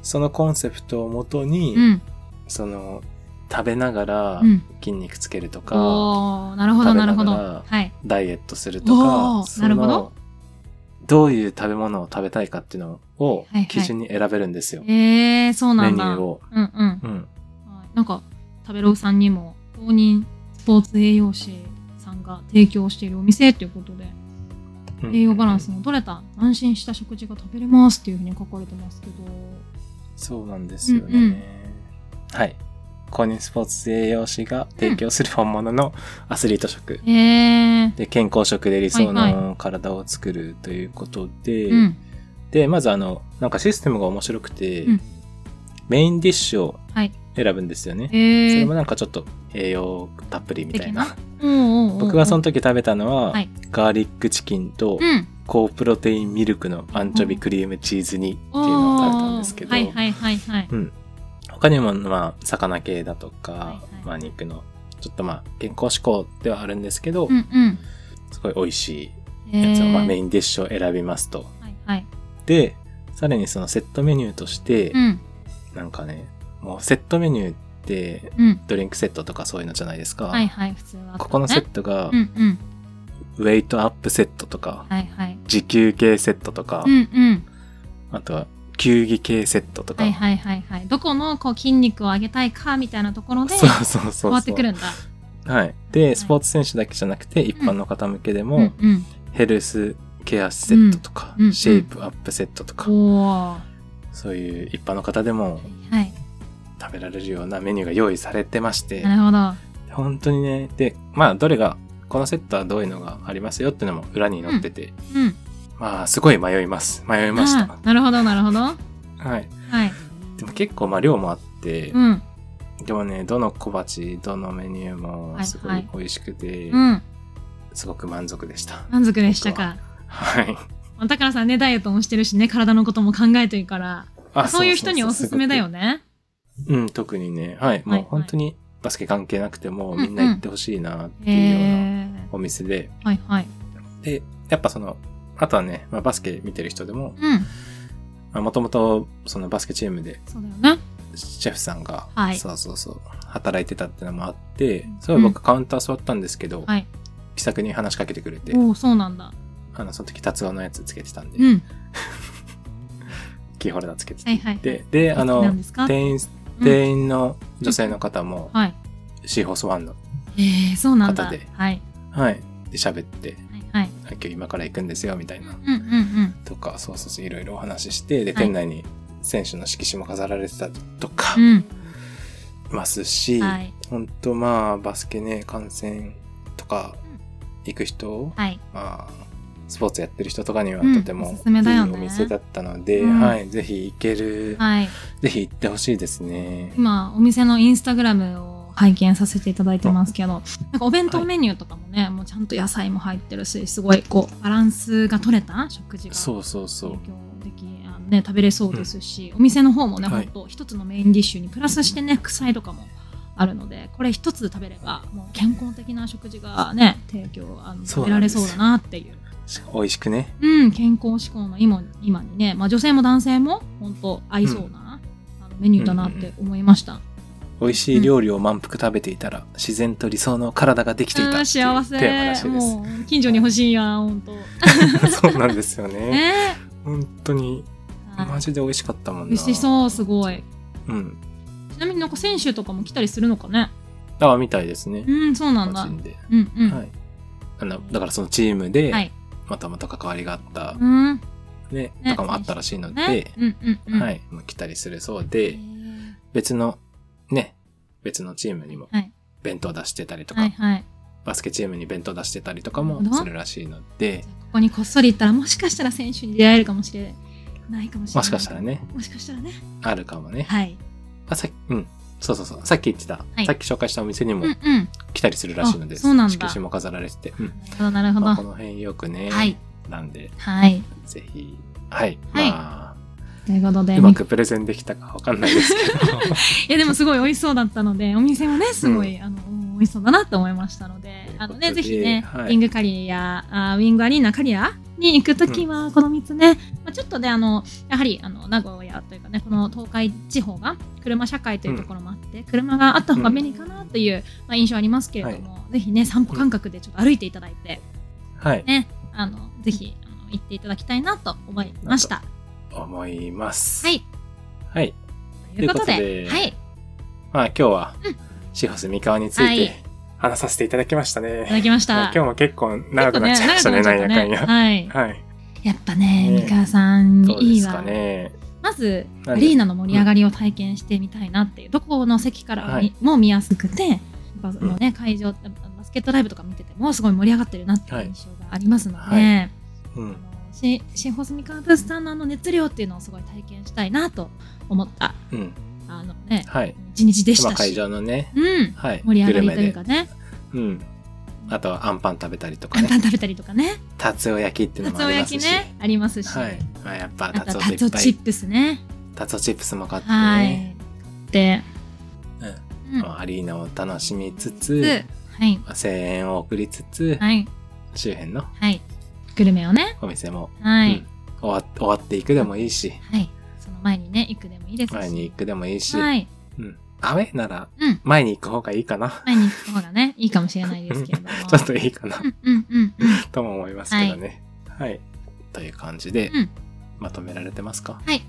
そのコンセプトをもとに、うんうんその食べながらうん筋肉つけるとか、おーなるほど食べなるなほがど。らはい。ダイエットするとかおーなるほどどういう食べ物を食べたいかっていうのをはいはい基準に選べるんですよ、えー、そうなんメニだ。ューを、うんうん。うん、はいなんか、食べログさんにも、公認スポーツ栄養士さんが提供しているお店ということで、うん栄養バランスの取れた安心した食事が食べれますっていうふうに書かれてますけど、そうなんですよね、うんうんはい公認スポーツ栄養士が提供する本物のアスリート食、えー、で健康食で理想はいの体を作るということで、うん、で、まずあの、なんかシステムが面白くて、うんメインディッシュをはい選ぶんですよね。えそれもー、なんかちょっと栄養たっぷりみたいな。僕僕がその時食べたのは、はいガーリックチキンとうん、高プロテインミルクのアンチョビクリームチーズ煮っていうおのを食べたんですけど、はいはいはいはい。うん、他にもまあ魚系だとか、はいはいまあ肉のちょっとまあ健康志向ではあるんですけど、うんうん。すごい美味しえいやつを、ーまあ、メインディッシュを選びますと。はいはい。で、さらにそのセットメニューとして、うんなんかね、もうセットメニューってうん。ドリンクセットとかそういうのじゃないですか。はいはい、普通は、ここのセットがう、んうん。ウェイトアップセットとか、はいはい。持久系セットとか、うんうん。あとは球技系セットとか、はいはいはいはい。どこのこう筋肉を上げたいかみたいなところでそうそうそうそ変うわってくるんだ。はい。はで、いスポーツ選手だけじゃなくて、一般の方向けでも、うんうん。ヘルスケアセットとか、うんうんシェイプアップセットとか、おーそういう一般の方でもはい。食べられるようなメニューが用意されてまして、なるほど。本当にね、で、まあ、どれが、このセットはどういうのがありますよっていうのも裏に載ってて、うん。まあ、すごい迷います。迷いましあた。ーなるほどなるほど。ははい。い。でも結構、まあ、量もあって、うん。でもね、どの小鉢、どのメニューも、すごはいいは美味しくて、うん。すごく満足でした。満足でしたか。はい。だからさんね、ダイエットもしてるしね、体のことも考えてるから、あそういう人におすすめだよね。ね。うん、特にね。はい。はいもう本当にバスケ関係なくても、うんうんみんな行ってほしいなってへいうようなえ。お店で。はいはい。で、やっぱその、あとはね、まあ、バスケ見てる人でも、うん。もともとそのバスケチームでそうだよね。シェフさんが、はいそうそうそう、働いてたってのもあってうん、それ僕カウンター座ったんですけど、はい。気さくに話しかけてくれて、おお、そうなんだ。あの、その時達夫のやつつけてたんで、うん。キーホルダーつけてはいはい。て、で、なあんので、すか店員、うん店員の女性の方も、はい。シーホースワンの、ええ、そうなんだ。は方いで。はいはい、で喋って、はい。あ今日今から行くんですよ、みたいな。うんうんうん。とか、そうそうそう、いろいろお話しして、で、はい店内に選手の色紙も飾られてたりとか、うん。ますし、はい。ほんとまあ、バスケね、観戦とか行く人、はい。まあ、スポーツやってる人とかにはうんとてもおすすいめだいよおね店だったので、うんはい、ぜひ行ける、はい。ぜひ行ってほしいですね。今、お店のインスタグラムを拝見させていただいてますけど、なんかお弁当メニューとかもね、もうちゃんと野菜も入ってるし、すごい、こう、バランスが取れた食事が。そうそうそう提。供できあのね、食べれそうですし、お店の方もね、はいほんと一つのメインディッシュにプラスしてね副菜とかもあるのでこれ一つ食べればもう健康的な食事がね提供あのそ食うべならんでれすそうだなっていうし美味しくね。うん、健康志向の今今にね、まあ、女性も男性も本当合いそうな、あのメニューだなって思いました、美味しい料理を満腹食べていたら、自然と理想の体ができていたうっんていう幸テーマらしせいです。もう近所に欲しいや本当 (laughs) そうなんですよね。ね本当に、はマいジで美味しかったもんな。美味しそうすごいうん。ちなみになんか選手とかも来たりするのかねあ、みたいですねう。んそうなん個だ人で。うんうんはい。あの、だからそのチームでは、いまたまた関わりがあった、うんね、ねとかもあったらしいのねで、うんうんうんはい。もう来たりするそうへで、ー別の、ね、別のチームにもはい弁当出してたりとはいか、はいバスケチームに弁当出してたりとかなるもほどするらしいのじゃ、であここにこっそり行ったらもしかしたら選手に出会えるかもしれないかもしれないもしかしたらね、もしかしたらねあるかもね。はいあ、さっき、うん。そうそうそう。さっき言ってた、はいさっき紹介したお店にうもんうん来たりするらしいので、あそうなんだ色紙も飾られてて、うん。なるほどなまるほあ、こどの辺よくね、はいなんで、はいぜひ、はい。はいまということあ、でうまくプレゼンできたかわかんないで (laughs) すけど、いやでもすごい美味しそうだったの (laughs) でお店もねすごい、あの美味しそうだなと思いましたのであのねといぜうことでひね、はウいィングカリアあウィングアリーナカリアに行くときはこの3つね、まあ、ちょっとであのやはりあの名古屋というかねこの東海地方が車社会というところもあって、車があった方が便利かなという、まあ、印象ありますけれども、ぜひね散歩感覚でちょっと歩いていただいて、はい。ねあのぜひあの行っていただきたいなと思いました。思います。はい。はい。ということでということではいまあ、今日はうん、シホス三河につはいいて話させていただきましたね。いただきました。今日も結構長くなっちゃいましたね、ちょなっんとね長くやかんなっちゃったや。ねはい。はい。やっぱね、ねミカさんどうでいいすわか。ね。まず、なんアでリーナの盛り上がりを体験してみたいなっていう、どこの席からも,、はいも見やすくて、バのね、会場、バスケットライブとか見てても、すごい盛り上がってるなっていうはい印象がありますので、はうあん。のシシンホスミカブースさんのあの熱量っていうのをすごい体験したいなと思った、うん。あのね、はい。一日でしまあ、た会し、場のね、うん、はい。盛り上がりグとルメいうでかね、うん。あとはアンパン食べたりとか簡ね。単食べたりとかね、タツオ焼きっていうカのもツあオりま焼きすし。ね、ありますし、はい。まあ、やっぱあタツとオタでツいオっぱチい。ップスね。タツオチップスも買ってはね。い。で、うんうんまあアリーナを楽しみつつつ、はい、まあ声援を送りつつ、はい、周辺のはい。グルメをね、お店もはい、うん終わ終わっていくでもいいし、はい。その前にね、行くでもいいですし。前に行くでもいいし、はい。うん、アウェイならうん。前に行く方がいいかな。前に行く方がね、いいかもしれないですけれども。 (laughs) ちょっといいかな、うんうんうんうん。とも思いますけどね。はい。という感じで、うんまとめられてますかはい。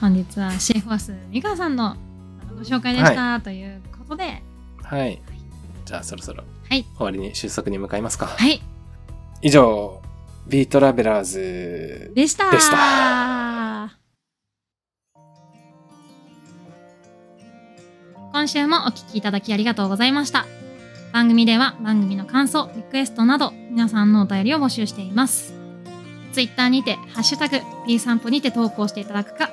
本日はシェフォース美川さんのあのご紹介でした、ということで、はい。じゃあそろそろはい。終わりに収束に向かいますか。はい。以上、ビートラベラーズでしたでした今週もお聞きいただきありがとうございました番組では番組の感想リクエストなど皆さんのお便りを募集していますツイッターにて「ハッシュタグ #P 散歩」にて投稿していただくか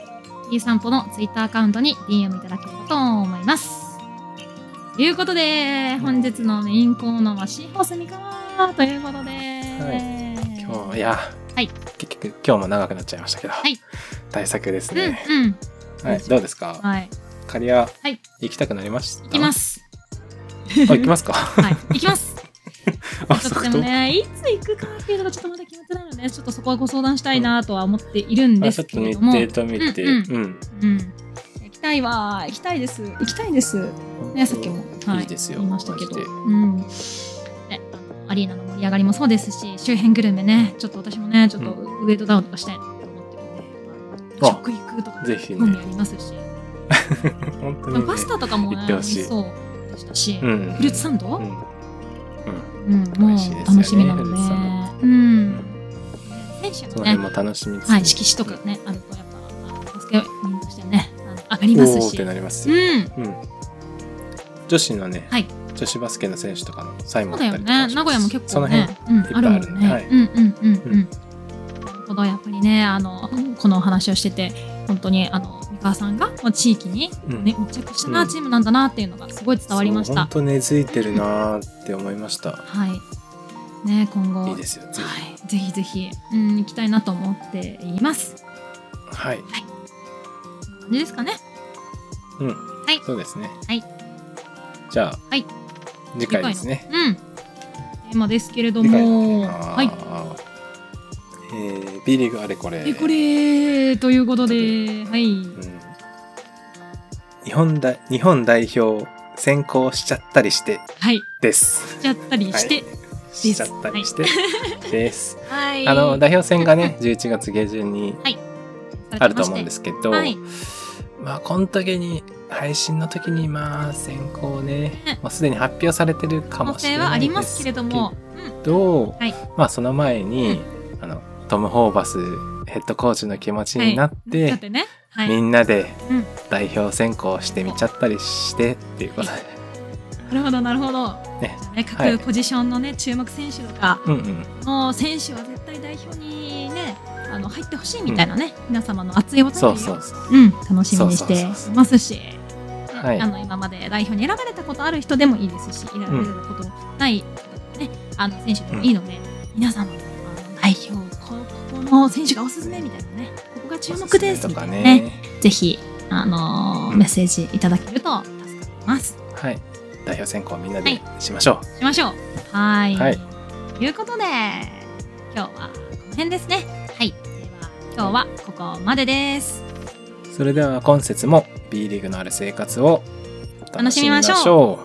P 散歩のツイッターアカウントに DM いただければと思いますということで本日のメインコーナーはシーホースミカということで、はい今日もいや、はい結局今日も長くなっちゃいましたけど、い対策ですうね、んうんはい、どうですか、はい。カリア、はい行きたくなりました行きます。あ行きます (laughs) か (laughs) はい。行きます。あちょっそとこでもね、いつ行くかっていうのがちょっとまだ決まってないので、ちょっとそこはご相談したいなとは思っているんで (laughs) あちすょっけとれ日ども。程と見て、うんうんうん。行きたいわー。行きたいです。行きたいです。ね、さっきも、はいいいですよ言いましたけど。マジでうん。ね、あのアリーナの盛り上がりもそうですし、周辺グルメね、ちょっと私もね、ちょっとウェイトダウンとかしたいなと思ってるんで、あ食育とかもぜひね興味ありますし、本当でもに、ね、パスタとかも行ね、って美ほ味しいしそうでしたし、うフんルーツサンド、うんうん、美も味しいでうすよね楽しみなので、フルーツサうん、そ選手もの辺ね、も楽しみつつ、はい、色紙とかね、あるとやっぱ、バスケ人としてね、あの上がりますおーっし、てうん、なりますよ、うん女子のね、はい女子バスケの選手とかのサインそもうあだよったりね、とかします名古屋も結そ構のね辺、うん、いっあるぱいもあんるんでね、うんうんうんううん。このやっぱりね、あの、このお話をしてて、本当に、あの、三河さんが、もう地域に、うんね、密着したな、うんチームなんだなっていうのが、すごい伝わりましそうた本。当根付いてるなーって思いました。はい。ね、今後。いいですよ。ぜひはい、ぜひぜひ、うん、行きたいなと思っています。はい。感じですかね。うん。いそうですね。はい。じゃあ、はい次回ですね。次回の。うん。テーマですけれど次回も、のテーマはい。えー、B リーグあれこれ。え、これということで、はい。うん日本代日本代表先行しちゃったりしてはい。です。しちゃったりして、しちゃったりして (laughs) です。はい。。あの代表戦がね11月下旬にあると思うんですすけど、はいまあこの時に配信の時にまあ先行ねね、まあ、すでに発表されてるか可も能しれ性ないはありでますすけれけども、うん。ど、はいまあその前に、あのトム・ホーバスヘッドコーチの気持ちになって、だってね、はい、みんなでうん代表選考してみちゃったりしてっていうことで、なるほどなるほど、ねじゃあね、は各いポジションのね、注目選手とかうんうん、の選手は絶対代表にねあの入ってほしいみたいなね、皆様の熱いお便りそをうそうそう、うん、楽しみにしてそうそうそうそうますし、はいあの今まで代表に選ばれたことある人でもいいですし選ばれたことない、ね、あの選手でもいいので、皆様のあの代表こここの選手がおすすめみたいなねここが注目ですとみたかいなねね、ぜひ、あのーうんメッセージいただけると助かります。はい、代表選考みんなでしましょしましょう。はい。はいということで、今日はこの辺ですね。はい。では、今日はここまでです。う、それでは今節も B リーグのある生活を楽しみましょう楽しみましょう